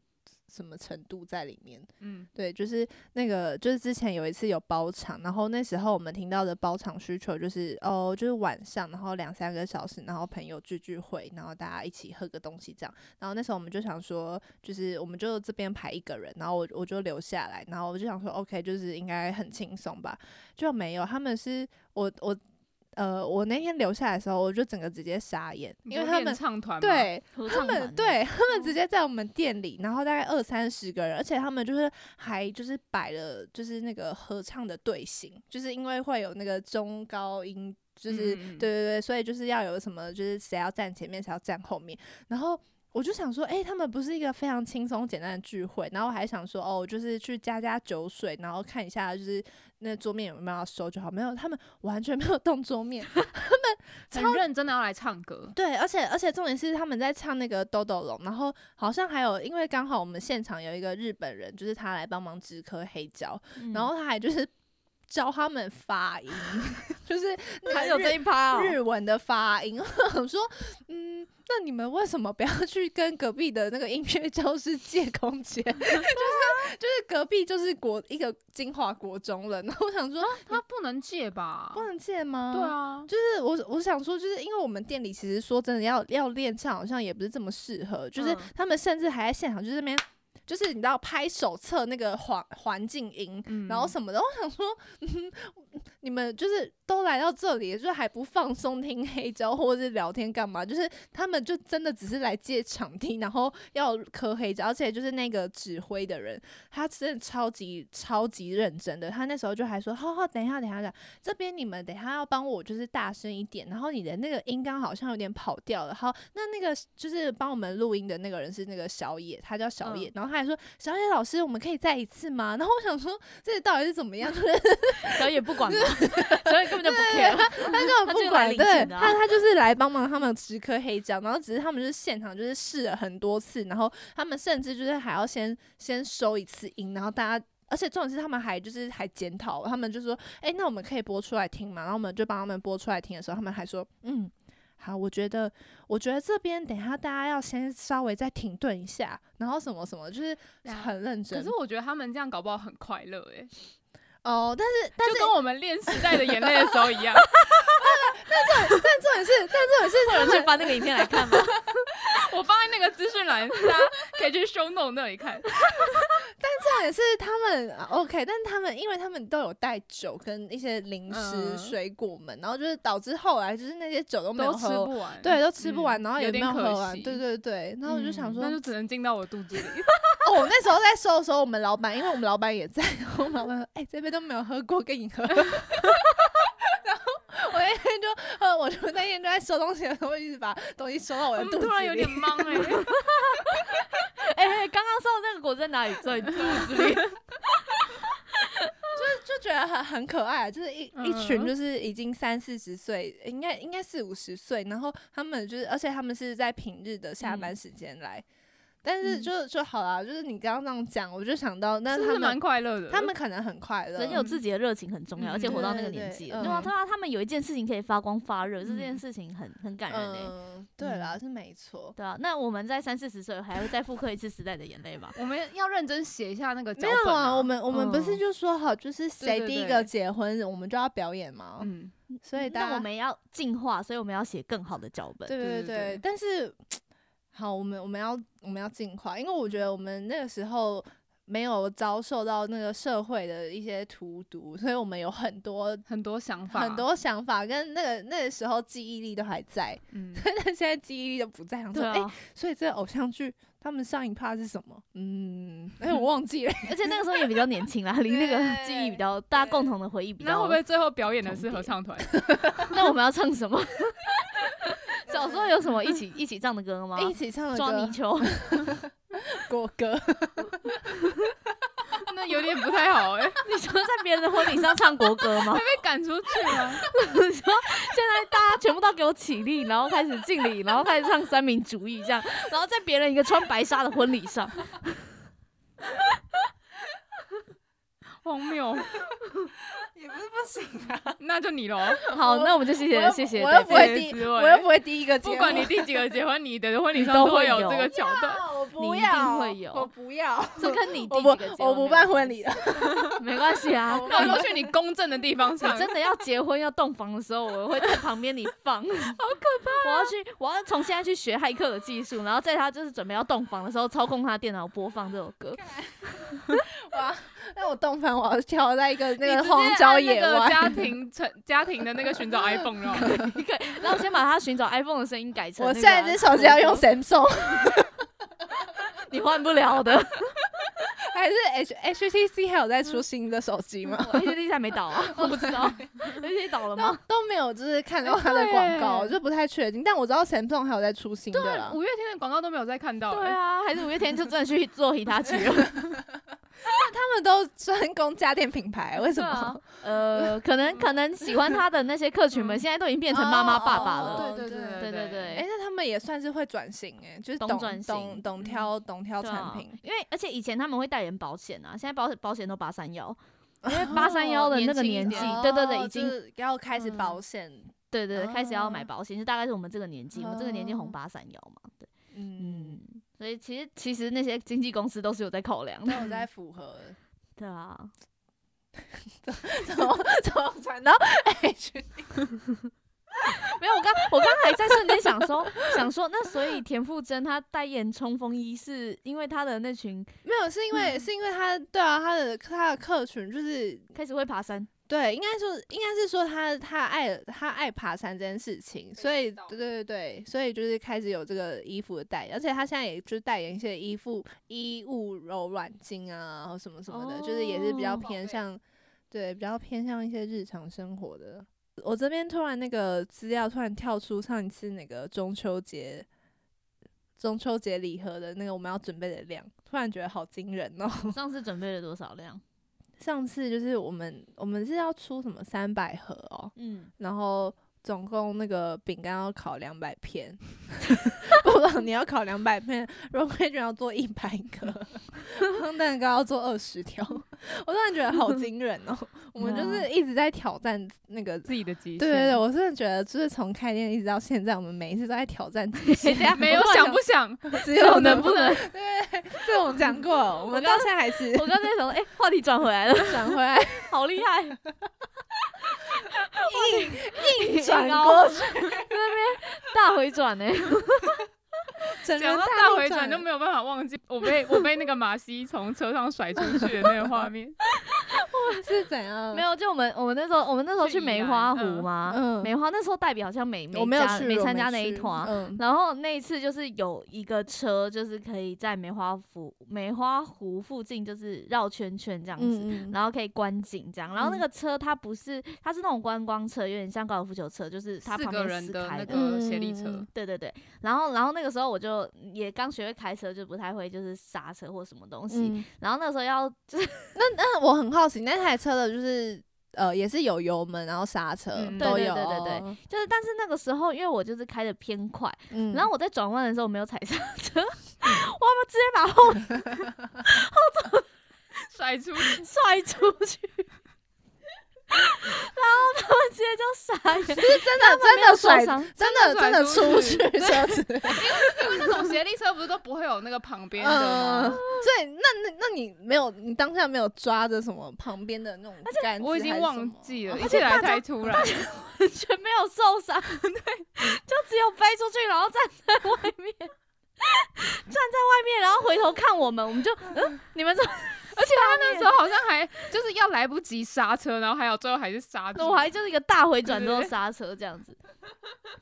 Speaker 1: 什么程度在里面。
Speaker 3: 嗯，
Speaker 1: 对，就是那个，就是之前有一次有包场，然后那时候我们听到的包场需求就是哦，就是晚上，然后两三个小时，然后朋友聚聚会，然后大家一起喝个东西这样。然后那时候我们就想说，就是我们就这边排一个人，然后我我就留下来，然后我就想说，OK，就是应该很轻松吧，就没有，他们是我我。呃，我那天留下来的时候，我就整个直接傻眼，因为他们
Speaker 3: 唱团嘛，
Speaker 1: 对
Speaker 2: 合
Speaker 1: 他
Speaker 2: 唱团
Speaker 1: 们
Speaker 2: 的
Speaker 1: 对他们
Speaker 3: 嗯
Speaker 1: 直接在我们店里，然后大概二三十个人，而且他们就是还就是摆了就是那个合唱的队形，就是因为会有那个中高音，就是、
Speaker 3: 嗯嗯
Speaker 1: 对
Speaker 3: 嗯
Speaker 1: 对对，所以就是要有什么就是谁要站前面，谁要站后面，然后。我就想说，诶，他们不是一个非常轻松简单的聚会，然后我还想说，哦，就是去加加酒水，然后看一下就是那桌面有没有要收就好。没有，他们完全没有动桌面，
Speaker 3: 很认真的要来唱歌，
Speaker 1: 对，而且而且重点是他们在唱那个《豆豆龙》，然后好像还有，因为刚好我们现场有一个日本人，就是他来帮忙植科黑胶，
Speaker 2: 嗯
Speaker 1: 然后他还就是教他们发音， 就是那
Speaker 2: 还
Speaker 1: 个
Speaker 2: 有
Speaker 1: 日
Speaker 2: 这一趴哦，
Speaker 1: 日文的发音。 我想说，嗯，那你们为什么不要去跟隔壁的那个音乐教师借空间？ 就是就是隔壁就是国一个金华国中 了，然后我想说，
Speaker 2: 啊
Speaker 3: 他不能借吧？
Speaker 1: 不能借吗？
Speaker 3: 对啊，
Speaker 1: 就是我我想说，就是因为我们店里其实说真的要要练唱，好像也不是这么适合。就是
Speaker 3: 嗯
Speaker 1: 他们甚至还在现场，就是那边，就是你知道拍手册那个环环境音，
Speaker 3: 嗯
Speaker 1: 然后什么的。我想说，嗯，你们就是都来到这里，就是还不放松听黑胶或者是聊天干嘛？就是他们就真的只是来借场地，然后要磕黑胶，而且就是那个指挥的人，他真的超级超级认真的。他那时候就还说，好好，等一下，等一下，等一下，这边你们等一下要帮我就是大声一点，然后你的那个音刚好像有点跑掉了。好，那那个就是帮我们录音的那个人是那个小野，他叫小野，然后他还说，小野老师，我们可以再一次吗？然后我想说，这到底是怎么 样？
Speaker 2: 小野不管嘛，小野根本就不 care。
Speaker 1: 他根本
Speaker 2: 他就
Speaker 1: 不
Speaker 2: 是
Speaker 1: 管
Speaker 2: 来，领
Speaker 1: 对
Speaker 2: 钱的啊
Speaker 1: 他他就是来帮忙他们吃颗黑胶，然后只是他们就是现场就是试了很多次，然后他们甚至就是还要先先收一次音，然后大家。而且重点是，他们还就是还检讨，他们就说：“诶，那我们可以播出来听嘛？”然后我们就帮他们播出来听的时候，他们还说：“嗯，好，我觉得，我觉得这边等一下大家要先稍微再停顿一下，然后什么什么，就是
Speaker 3: 对啊
Speaker 1: 很认真。
Speaker 3: 可是我觉得他们这样搞不好很快乐哎、
Speaker 1: 哦，但是但是
Speaker 3: 就跟我们练《时代的眼泪》的时 候一样，
Speaker 1: 但重点是，但重点是，
Speaker 2: 有人去翻那个影片来看吗？
Speaker 3: 我放在那个资讯栏，大家可以去 show note 那 里看。
Speaker 1: 重点是他们啊 OK，但他们因为他们都有带酒跟一些零食、
Speaker 3: 嗯
Speaker 1: 水果们，然后就是导致后来就是那些酒都没有
Speaker 3: 都吃
Speaker 1: 喝，
Speaker 3: 不完，
Speaker 1: 对，都吃不
Speaker 3: 嗯
Speaker 1: 完，然后也
Speaker 3: 有
Speaker 1: 没
Speaker 3: 点
Speaker 1: 有喝
Speaker 3: 可
Speaker 1: 完，
Speaker 3: 惜嗯
Speaker 1: 对对对。然后我就想说，
Speaker 3: 那就只能进到我肚子里。
Speaker 1: 哦，我那时候在收的时候，我们老板因为我们老板也在，然后我们老板说：“哎、这边都没有喝过，跟你喝。” 然后我那天就，呃，我就那天就在收东西的时候，一直把东西收到我
Speaker 3: 我
Speaker 1: 的
Speaker 3: 们
Speaker 1: 肚子
Speaker 3: 嗯突然有
Speaker 1: 里
Speaker 3: 点。懵哎、
Speaker 2: 哎，刚刚说的那个果在哪里？在肚子里。
Speaker 1: 就觉得很很可爱，啊就是一一群
Speaker 3: 嗯
Speaker 1: 就是已经三四十岁，应该应该四五十岁，然后他们就是，而且他们是在平日的下班时间来，但是就就好啦，就是你刚刚这样讲，我就想到，那
Speaker 3: 是
Speaker 1: 他
Speaker 3: 不是蛮
Speaker 1: 们
Speaker 3: 快乐的？
Speaker 1: 他们可能很快乐，
Speaker 2: 人有自己的热情很重要，
Speaker 3: 嗯
Speaker 2: 而且活到那个
Speaker 1: 对对
Speaker 2: 年
Speaker 1: 对
Speaker 2: 纪
Speaker 1: 嗯
Speaker 2: 了，对啊，对啊，他们有一件事情可以发光发热，这
Speaker 3: 嗯？
Speaker 2: 件事情很很感人欸诶。
Speaker 1: 嗯，对啦，是没错。
Speaker 2: 对啊，那我们在三四十岁还会再复刻一次《时代的眼泪》吧
Speaker 3: 我们要认真写一下那个脚
Speaker 1: 没有
Speaker 3: 本
Speaker 1: 啊，我们我们不是
Speaker 2: 嗯
Speaker 1: 就说好，就是谁
Speaker 3: 对
Speaker 1: 第一
Speaker 3: 对
Speaker 1: 个
Speaker 3: 对
Speaker 1: 结婚，我们就要表演吗？
Speaker 3: 嗯，
Speaker 1: 所以大
Speaker 2: 但
Speaker 1: 家
Speaker 2: 我们要进化，所以我们要写更好的脚本。
Speaker 1: 对
Speaker 3: 对
Speaker 1: 对
Speaker 3: 对
Speaker 1: 对
Speaker 3: 对，
Speaker 1: 但是好，我们我们要我们要进化，因为我觉得我们那个时候没有遭受到那个社会的一些荼毒，所以我们有很多
Speaker 3: 很多想法，
Speaker 1: 很，多想法跟那个那个时候记忆力都还在，
Speaker 3: 嗯，
Speaker 1: 但现在记忆力都不在。想说，
Speaker 2: 对
Speaker 1: 哎、
Speaker 2: 啊，
Speaker 1: 所以这个偶像剧他们上一趴是什么？嗯， 哎、我忘记了。
Speaker 2: 而且那个时候也比较年 轻啦，离那个记忆比较，大家共同的回忆比
Speaker 3: 那
Speaker 2: 较
Speaker 3: 会不。会最后表演的是
Speaker 2: 重叠
Speaker 3: 合唱团？
Speaker 2: 那我们要唱什么？ 小时候有什么一起一起唱的歌吗？
Speaker 1: 一起唱的
Speaker 2: 抓
Speaker 1: 歌
Speaker 2: 泥，鳅，
Speaker 1: 国歌，
Speaker 3: 那有点不太 好哎、
Speaker 2: 你说在别人的婚礼上唱国歌吗？
Speaker 3: 被赶出去了。
Speaker 2: 你说现在大家全部都给我起立，然后开始敬礼，然后开始唱三民主义这样，然后在别人一个穿白纱的婚 礼上，
Speaker 3: 荒谬，
Speaker 1: 也不是不行啊。
Speaker 3: 那就你喽。
Speaker 2: 好，那我们就 谢
Speaker 1: 我
Speaker 2: 谢
Speaker 1: 又
Speaker 2: 谢谢
Speaker 1: 我又
Speaker 2: 大
Speaker 1: 不
Speaker 2: 家。
Speaker 1: 会第，
Speaker 3: 滋味
Speaker 1: 我又不会第一个结
Speaker 3: 不
Speaker 1: 婚，
Speaker 3: 管你第几个结婚，你的婚礼
Speaker 2: 你
Speaker 3: 上
Speaker 2: 都
Speaker 3: 会
Speaker 2: 会
Speaker 3: 有
Speaker 2: 有
Speaker 3: 这个桥段。
Speaker 1: 啊，我不不
Speaker 2: 你一定
Speaker 1: 要，
Speaker 2: 会有
Speaker 1: 我不要，
Speaker 2: 这跟你
Speaker 1: 我
Speaker 2: 第
Speaker 1: 不
Speaker 2: 几个结
Speaker 1: 我
Speaker 2: 婚没
Speaker 1: 不
Speaker 2: 有
Speaker 1: 办婚
Speaker 2: 关系
Speaker 1: 礼了，
Speaker 2: 没关系 啊。
Speaker 1: 我
Speaker 3: 到时候去你公正的地方
Speaker 2: 你
Speaker 3: 唱，
Speaker 2: 真的要结婚要洞房的时候，我会在旁边你 放，好可
Speaker 1: 啊
Speaker 2: 怕、我要去，我要从现在去学骇客的技术，然后在他就是准备要洞房的时候，操控他电脑播放这首 歌。
Speaker 1: 哇！ 那我洞房，我要跳在一个那个
Speaker 3: 你直接
Speaker 1: 荒郊
Speaker 3: 按那
Speaker 1: 野
Speaker 3: 个
Speaker 1: 外，
Speaker 3: 家庭成家庭的那个寻找 iPhone 然后
Speaker 2: 你可以，然后我先把他寻找 iPhone 的声音改成、
Speaker 1: 我现在这手机要用，Samsung
Speaker 2: 你换不了的。
Speaker 1: 还是 H HTC 还有在出新的手机吗？
Speaker 2: H D 还没倒啊， 我不知道，H D 倒了
Speaker 1: 都
Speaker 2: 吗？
Speaker 1: 嗯都没有，就是看到它的广告，
Speaker 3: 哎
Speaker 1: 我
Speaker 3: 对
Speaker 1: 就不太确定。但我知道 Samsung 还有在出新的啦。
Speaker 3: 啊五月天的广告都没有再看 到、
Speaker 2: 对
Speaker 3: 欸
Speaker 2: 啊，还是五月天就真的去 做 Hitachi 了？
Speaker 1: 他们都专攻家电品牌，为什
Speaker 2: 对
Speaker 1: 么
Speaker 2: 啊？呃，可能可能喜欢他的那些客群们，现在都已经变成妈妈爸爸
Speaker 1: 哦
Speaker 2: 了。
Speaker 1: 哦
Speaker 3: 对
Speaker 1: 对
Speaker 2: 对对对，
Speaker 1: 哎、那他们也算是会转型哎、就是
Speaker 2: 懂
Speaker 1: 懂
Speaker 2: 转型
Speaker 1: 懂
Speaker 2: 嗯
Speaker 1: 懂挑懂挑
Speaker 2: 对
Speaker 1: 产
Speaker 2: 啊
Speaker 1: 品，，
Speaker 2: 因为而且以前他们会代言保险啊，现在保保险都八三幺，因为
Speaker 1: 哦
Speaker 2: 八三幺的那个
Speaker 3: 年
Speaker 2: 年
Speaker 3: 轻一
Speaker 2: 纪
Speaker 3: 点，
Speaker 2: 对对对，
Speaker 1: 哦
Speaker 2: 已经
Speaker 1: 就是要开始
Speaker 2: 嗯
Speaker 1: 保险，
Speaker 2: 对对对，开始要买
Speaker 1: 哦
Speaker 2: 保险，就大概是我们这个年纪，我们这个年纪红八三幺嘛，对，
Speaker 1: 嗯
Speaker 2: 哦嗯，，所以其实其实那些经纪公司都是有在考量的，
Speaker 1: 都有在符合，
Speaker 2: 对啊，
Speaker 1: 怎么 怎么传到 H？
Speaker 2: 没有，我刚我刚还在瞬间想说想说，那所以田馥甄她代言冲锋衣是因为她的那群
Speaker 1: 没有，是因为是因为他对啊，他的他的客群就是
Speaker 2: 开始会爬山，
Speaker 1: 对，应该说应该是说他他爱他爱爬山这件事情，所以对对对对，所以就是开始有这个衣服的代言，而且他现在也就是代言一些衣服衣物柔软巾啊，然后什么什么的，就是也是比较
Speaker 2: 哦
Speaker 1: 偏向对比较偏向一些日常生活的。我这边突然那个资料突然跳出上一次那个中秋节中秋节礼盒的那个我们要准备的量，突然觉得好惊人哦。
Speaker 2: 上次准备了多少量？
Speaker 1: 上次就是我们我们是要出什么三百盒哦，
Speaker 2: 嗯，
Speaker 1: 然后总共那个饼干要烤两百片， 布朗你要烤两百片，肉桂卷要做一百个，烘蛋糕要做二十条，我突然觉得好惊人哦！我们就是一直在挑战那个。
Speaker 3: 自己的极限。
Speaker 1: 对对对，我真的觉得，就是从开店一直到现在，我们每一次都在挑战极 限，
Speaker 3: 没有
Speaker 2: 我突然
Speaker 3: 想不想，
Speaker 1: 只
Speaker 2: 这
Speaker 1: 有
Speaker 2: 种能不
Speaker 1: 不
Speaker 2: 能？
Speaker 1: 对，这我们讲过，我们到
Speaker 2: 刚
Speaker 1: 现在还是
Speaker 2: 我刚才想说，哎、话题转回来了，
Speaker 1: 转回来
Speaker 2: 好厉害，硬
Speaker 1: 转
Speaker 2: 凹
Speaker 1: 过去，
Speaker 2: 大回转呢、
Speaker 1: 整
Speaker 3: 讲
Speaker 1: 个
Speaker 3: 到大
Speaker 1: 逆
Speaker 3: 回转就没有办法忘记我被我被那个马西从车上甩出去的那个画面。
Speaker 1: 是怎样？
Speaker 2: 没有，就我们我们那时候我们那时候去
Speaker 3: 去宜
Speaker 2: 梅
Speaker 3: 兰
Speaker 2: 花湖
Speaker 3: 嗯
Speaker 2: 嘛，
Speaker 1: 嗯
Speaker 2: 梅花那时候代表好像没没
Speaker 1: 我没有
Speaker 2: 加
Speaker 1: 去，
Speaker 2: 没
Speaker 1: 我
Speaker 2: 参加那一
Speaker 1: 去
Speaker 2: 团。
Speaker 1: 嗯，
Speaker 2: 然后那一次就是有一个车，就是可以在梅花湖梅花湖附近就是绕圈圈这样子，
Speaker 1: 嗯嗯
Speaker 2: 然后可以观景这样。然后那
Speaker 1: 嗯
Speaker 2: 个车它不是，它是那种观光车，有点像高尔夫球车，就是它
Speaker 3: 四
Speaker 2: 旁
Speaker 3: 个
Speaker 2: 边
Speaker 3: 人
Speaker 2: 撕
Speaker 3: 的
Speaker 2: 开
Speaker 3: 那
Speaker 2: 的。
Speaker 3: 个协力车，
Speaker 1: 嗯
Speaker 2: 对对对，然后然后那个时候我就也刚学会开车，就不太会就是刹车或什么东西。
Speaker 1: 嗯，
Speaker 2: 然后那个时候要就是
Speaker 1: 那我很好奇，那台车的就是呃，也是有油门，然后刹车
Speaker 3: 嗯
Speaker 1: 都
Speaker 2: 对对
Speaker 1: 有，
Speaker 2: 对对对
Speaker 1: 对，
Speaker 2: 就是，但是那个时候因为我就是开的偏快，
Speaker 1: 嗯，
Speaker 2: 然后我在转弯的时候没有踩刹 车，我要不直接把后
Speaker 3: 甩出去，
Speaker 2: 踹出去， 然后他们直接就傻眼，
Speaker 1: 是真的真的
Speaker 2: 受
Speaker 1: 甩，
Speaker 2: 伤，
Speaker 1: 真的
Speaker 3: 真
Speaker 1: 真
Speaker 3: 的
Speaker 1: 的
Speaker 3: 甩
Speaker 1: 出
Speaker 3: 出
Speaker 1: 去
Speaker 3: 去
Speaker 1: 车子，
Speaker 3: 因为那种协力车不是都不会有那个旁边
Speaker 1: 嗯，
Speaker 3: 的吗？
Speaker 1: 所以那那那你没有，你当下没有抓着什么旁边的那种杆子还是什么，
Speaker 3: 我已经忘记 了，
Speaker 1: 哦
Speaker 3: 一切来太突然。
Speaker 2: 完全没有受伤，对，就只有飞出去，然后站在外面，站在外面，然后回头看我们，我们就嗯，你们怎么？而且他
Speaker 3: 那时候好像还就是要来不及刹车，然后还有最后还是刹住。
Speaker 2: 我还就是一个大回转之后
Speaker 3: 对对对
Speaker 2: 刹车这样子。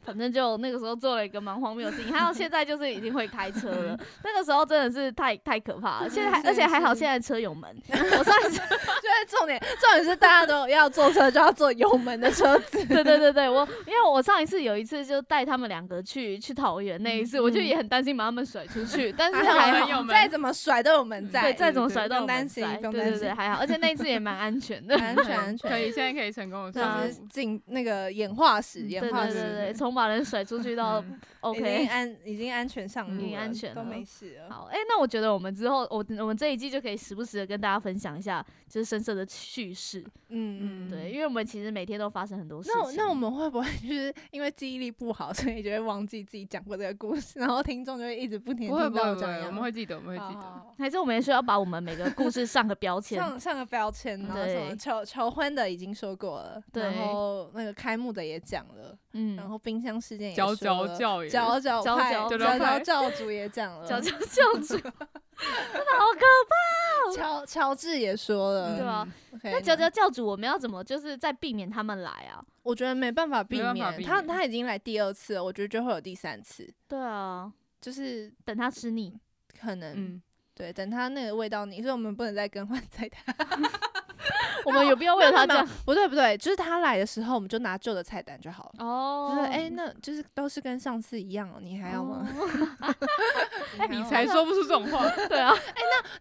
Speaker 2: 反正就那个时候做了一个蛮荒谬的事情，还好现在就是已经会开车了。那个时候真的是太太可怕 了，现在还
Speaker 1: 是
Speaker 2: 而且还好
Speaker 1: 是
Speaker 2: 现在车有门。我上一
Speaker 1: 就
Speaker 2: 次
Speaker 1: 是重点，重点是大家都要坐车就要坐油门的车子，
Speaker 2: 对对对对，我因为我上一次有一次就带他们两个去去桃园那一次，我就也很担心把他们甩出去，但是
Speaker 3: 还
Speaker 2: 嗯还
Speaker 3: 好
Speaker 2: 好
Speaker 3: 有。油门
Speaker 1: 啊再怎么甩都有门在，
Speaker 2: 对，
Speaker 3: 对
Speaker 2: 再怎么
Speaker 3: 对
Speaker 2: 甩
Speaker 1: 不
Speaker 2: 都有
Speaker 1: 用担
Speaker 2: 门
Speaker 1: 心
Speaker 2: 在
Speaker 1: 不用
Speaker 2: 对
Speaker 1: 担
Speaker 2: 对对，
Speaker 1: 心
Speaker 2: 还好，而且那一次也蛮安全的，
Speaker 1: 安全安全，
Speaker 3: 嗯可以，现在可以成功的
Speaker 1: 就
Speaker 3: 刹
Speaker 1: 是进那个演化史，
Speaker 3: 啊嗯
Speaker 1: 演
Speaker 2: 对
Speaker 1: 化
Speaker 2: 对
Speaker 1: 史
Speaker 2: 对对，从把人甩出去到
Speaker 3: 嗯
Speaker 1: 已经
Speaker 2: OK。
Speaker 1: 安已经安全上
Speaker 3: 嗯
Speaker 1: 路了，
Speaker 2: 已经安全
Speaker 1: 都
Speaker 2: 了
Speaker 1: 没事了。
Speaker 2: 好，哎、那我觉得我们之后，我我们这一季就可以时不时的跟大家分享一下，就是深色的叙事。
Speaker 1: 嗯嗯，
Speaker 2: 对，因为我们其实每天都发生很多事
Speaker 1: 那我
Speaker 2: 情。
Speaker 1: 那我们会不会就是因为记忆力不好，所以就会忘记自己讲过这个故事，然后听众就会一直不停
Speaker 3: 不
Speaker 1: 地
Speaker 3: 会
Speaker 1: 听
Speaker 3: 不
Speaker 1: 到
Speaker 3: 会
Speaker 1: 我
Speaker 3: 不
Speaker 1: 讲一
Speaker 3: 会，我
Speaker 1: 样
Speaker 3: 们会记得，我们会
Speaker 1: 好
Speaker 3: 记
Speaker 1: 好
Speaker 3: 得。
Speaker 1: 好
Speaker 2: 还是我们也需要把我们每个故事 上个标签。
Speaker 1: 上上个标签，然后什么
Speaker 2: 对
Speaker 1: 求求婚的已经说过了，
Speaker 2: 对
Speaker 1: 然后那个开幕的也讲了，
Speaker 2: 嗯，
Speaker 1: 然后冰箱事件也
Speaker 3: 佼
Speaker 1: 说
Speaker 3: 佼
Speaker 1: 了
Speaker 3: 教也
Speaker 1: 佼佼
Speaker 2: 佼
Speaker 1: 派
Speaker 2: 佼
Speaker 1: 佼
Speaker 3: 派
Speaker 1: 佼教主也讲了，
Speaker 2: 教教教 主，真的好可
Speaker 1: 乔乔治也说
Speaker 2: 怕，
Speaker 1: 了
Speaker 2: 对
Speaker 3: 嗯
Speaker 2: 吧？
Speaker 1: ，OK，
Speaker 2: 那教教教主，我们要怎么就是在避免他们来啊？
Speaker 1: 我觉得没办法避
Speaker 3: 没办法
Speaker 1: 免，
Speaker 3: 避
Speaker 1: 他
Speaker 3: 免
Speaker 1: 他已经来第二次了，我觉得就会有第三次，
Speaker 2: 对啊，
Speaker 1: 就是
Speaker 2: 等他吃 腻。
Speaker 1: 可能、
Speaker 3: 嗯，
Speaker 1: 对，等他那个味道你，所以我们不能再更换再他。
Speaker 2: 我们有必要为了他
Speaker 1: 没
Speaker 2: 这
Speaker 1: 有
Speaker 2: 样
Speaker 1: 没？有不对不对，就是他来的时候，我们就拿旧的菜单就好了。
Speaker 2: 哦
Speaker 1: 就是 哎、那就是都是跟上次一样、哦，你还要吗？？
Speaker 2: 哦
Speaker 1: 哎
Speaker 3: 你才说不出这种话，
Speaker 2: 对啊，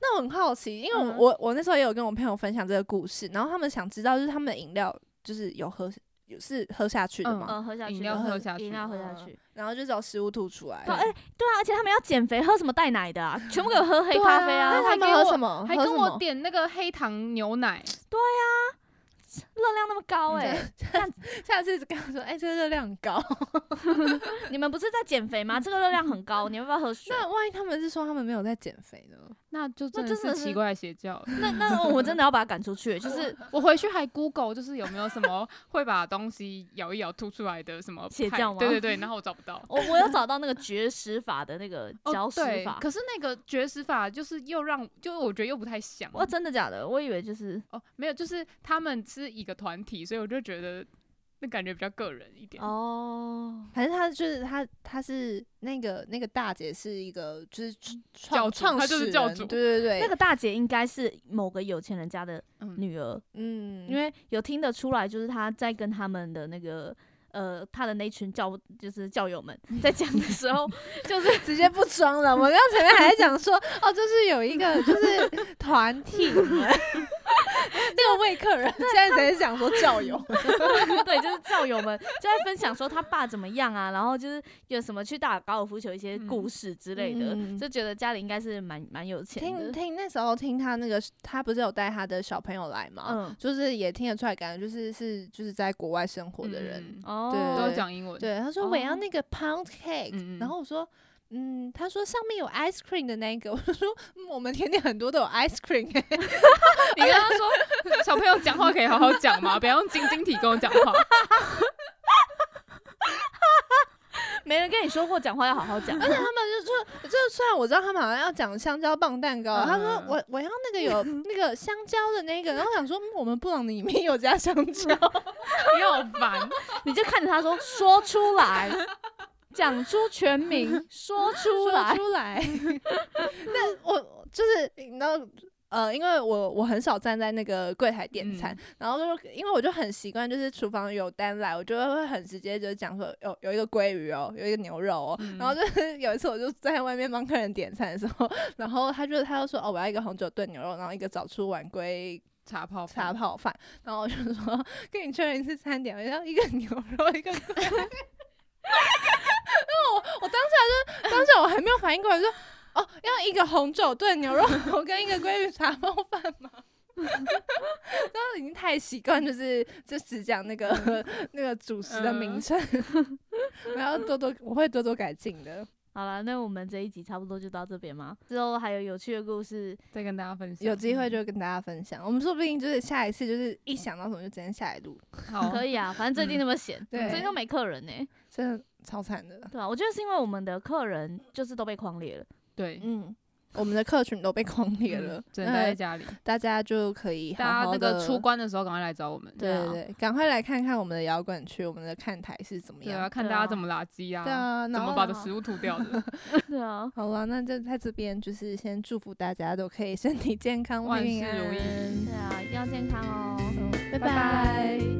Speaker 1: 那我很好奇，因为我、
Speaker 2: 嗯
Speaker 1: 我我那时候也有跟我朋友分享这个故事，然后他们想知道就是他们的饮料就是有喝有是喝下去的
Speaker 3: 嗯
Speaker 1: 嘛，
Speaker 2: 嗯，喝下去，
Speaker 3: 饮料
Speaker 1: 喝
Speaker 3: 下去
Speaker 2: 饮料喝下
Speaker 1: 嗯
Speaker 2: 去。
Speaker 1: 然后就找食物吐出来。
Speaker 2: 好，哎，对啊，而且他们要减肥，喝什么带奶的啊？全部给我喝黑
Speaker 3: 对
Speaker 2: 咖啡
Speaker 1: 那
Speaker 2: 啊
Speaker 3: 啊，
Speaker 1: 他
Speaker 3: 还
Speaker 1: 们
Speaker 3: 给
Speaker 1: 喝
Speaker 3: 我
Speaker 1: 什么？
Speaker 3: 还
Speaker 1: 哦喝什
Speaker 3: 跟我
Speaker 1: 么
Speaker 3: 点那个黑糖牛奶，
Speaker 2: 热量那么
Speaker 1: 欸
Speaker 3: 嗯
Speaker 2: 高哎。
Speaker 1: 嗯 下次跟他说，哎、这个热量很高。
Speaker 2: 你们不是在减肥 吗？这个热量很高，你要不要喝水？
Speaker 1: 那万一他们是说他们没有在减肥呢？
Speaker 3: 那就真
Speaker 2: 真
Speaker 3: 的
Speaker 2: 的
Speaker 3: 是
Speaker 2: 是
Speaker 3: 奇怪的邪教了。
Speaker 2: 那那我真的要把他赶出去， 就是
Speaker 3: 我回去还 Google，就是有没有什么会把东西咬一咬吐出来的什么
Speaker 2: 邪
Speaker 3: 派
Speaker 2: 教吗。
Speaker 3: 对对对，然后我找不到
Speaker 2: 我我有找到那个绝食法的那个嚼
Speaker 3: 哦，
Speaker 2: 食
Speaker 3: 对
Speaker 2: 法，，
Speaker 3: 可是那个绝食法就是又让，就我觉得又不太像。
Speaker 2: 哇，真的假的？我以为就是
Speaker 3: 哦，没有，就是他们是一个团体，所以我就觉得那感觉比较个人一点。
Speaker 2: 哦，
Speaker 1: 反正他就是他，他是那个那个大姐是一个就是创
Speaker 3: 教主
Speaker 1: 创
Speaker 3: 她就是
Speaker 1: 始
Speaker 3: 教
Speaker 1: 人
Speaker 3: 主
Speaker 1: 对对对，
Speaker 2: 那个大姐应该是某个有钱人家的
Speaker 3: 嗯
Speaker 2: 女儿，
Speaker 1: 嗯，
Speaker 2: 因为有听得出来，就是她在跟他们的那个。呃，她的那群教就是教友们在讲的时 候，
Speaker 1: 就是直接不装了。我刚前面还在讲说，哦，就是有一个就是团体 六位客 人，现在才讲说教友，
Speaker 2: 对，就是教友们就在分享说他爸怎么样啊，然后就是有什么去打高尔夫球一些故事之类的，
Speaker 1: 嗯
Speaker 2: 就觉得家里应该是蛮蛮有钱
Speaker 1: 听
Speaker 2: 的。
Speaker 1: 听那时候听他那个，他不是有带他的小朋友来嘛，
Speaker 2: 嗯，
Speaker 1: 就是也听得出来，感觉就是是就是在国外生活的人，
Speaker 3: 嗯
Speaker 2: 哦，
Speaker 1: 对
Speaker 3: 都讲英文，
Speaker 1: 对，他说我要
Speaker 2: 哦
Speaker 1: 那个 pound cake，、
Speaker 3: 嗯嗯
Speaker 1: 然后我说。嗯，他说上面有 ice cream 的那个， 我就说、嗯我们甜点很多都有 ice cream，、欸、
Speaker 3: 你跟他说，小朋友讲话可以好好讲嘛，不要用晶晶体跟我讲话。
Speaker 2: 没人跟你说过讲话要好好讲，
Speaker 1: 而且他们就说，就虽然我知道他们好像要讲香蕉棒蛋糕，他说
Speaker 3: 嗯
Speaker 1: 我我要那个有嗯那个香蕉的那个，然 后我想说、嗯我们布朗里面有加香 蕉，
Speaker 3: 你好烦，
Speaker 2: 你就看着他说说出来，讲出全名，说出
Speaker 1: 说
Speaker 2: 来。
Speaker 1: 出 来。那我就是你知道。呃，因为我我很少站在那个柜台点餐，然后就是因为我就很习惯，就是厨房有单来，我就会很直接就讲说有有一个鲑鱼哦，有一个牛肉哦，
Speaker 3: 嗯
Speaker 1: 然后就是有一次我就在外面帮客人点餐的时候， 然后他就他就说哦我要一个红酒炖牛肉，然后一个早出晚归
Speaker 3: 茶泡
Speaker 1: 茶
Speaker 3: 泡，
Speaker 1: 泡饭，然后我就说跟你确认一次餐点，我要一个牛肉，一个鲑鱼。 然后我我当下就当下我还没有反应过来，就说哦要一个红酒炖牛肉， 跟一个鲑鱼茶包饭 嘛。然后已经太习惯，就是就只讲那个那个主食的名
Speaker 3: 嗯
Speaker 1: 称， 我要多多我会多多改进的。
Speaker 2: 好了，那我们这一集差不多就到这边嘛。之后还有有趣的故事，
Speaker 3: 再跟大家分享。嗯
Speaker 1: 有机会就跟大家分享，我们说不定就是下一次就是一想到什么就直接下来录，
Speaker 3: 好，
Speaker 2: 可以啊。反正最近那么闲，
Speaker 1: 嗯对
Speaker 2: 最近都没客人呢、
Speaker 1: 真的超惨的。
Speaker 2: 对啊，我觉得是因为我们的客人就是都被框裂 了。
Speaker 3: 对，
Speaker 1: 嗯，我们的客群都被 框裂了
Speaker 3: 嗯，只能待在
Speaker 1: 那
Speaker 3: 家里。
Speaker 1: 大家就可以好
Speaker 3: 大家
Speaker 1: 好
Speaker 3: 那
Speaker 1: 的
Speaker 3: 个出，关的时候赶快来找我们。
Speaker 1: 对
Speaker 2: 啊
Speaker 1: 对对，赶快来看看我们的摇滚区，我们的看台是怎么
Speaker 3: 对
Speaker 1: 样
Speaker 3: 啊，。看
Speaker 2: 对
Speaker 3: 大家
Speaker 2: 啊
Speaker 3: 怎么垃圾
Speaker 1: 对啊，
Speaker 3: 怎
Speaker 1: 然
Speaker 3: 么
Speaker 1: 后
Speaker 3: 把的食物吐掉的，
Speaker 2: 对啊，
Speaker 1: 好了，那就在这边就是先祝福大家都可以身体健康，
Speaker 3: 万
Speaker 1: 平
Speaker 3: 事如意
Speaker 1: 安
Speaker 2: 对啊，一定要健康哦。
Speaker 1: 嗯拜
Speaker 3: 拜
Speaker 1: 拜。
Speaker 2: 拜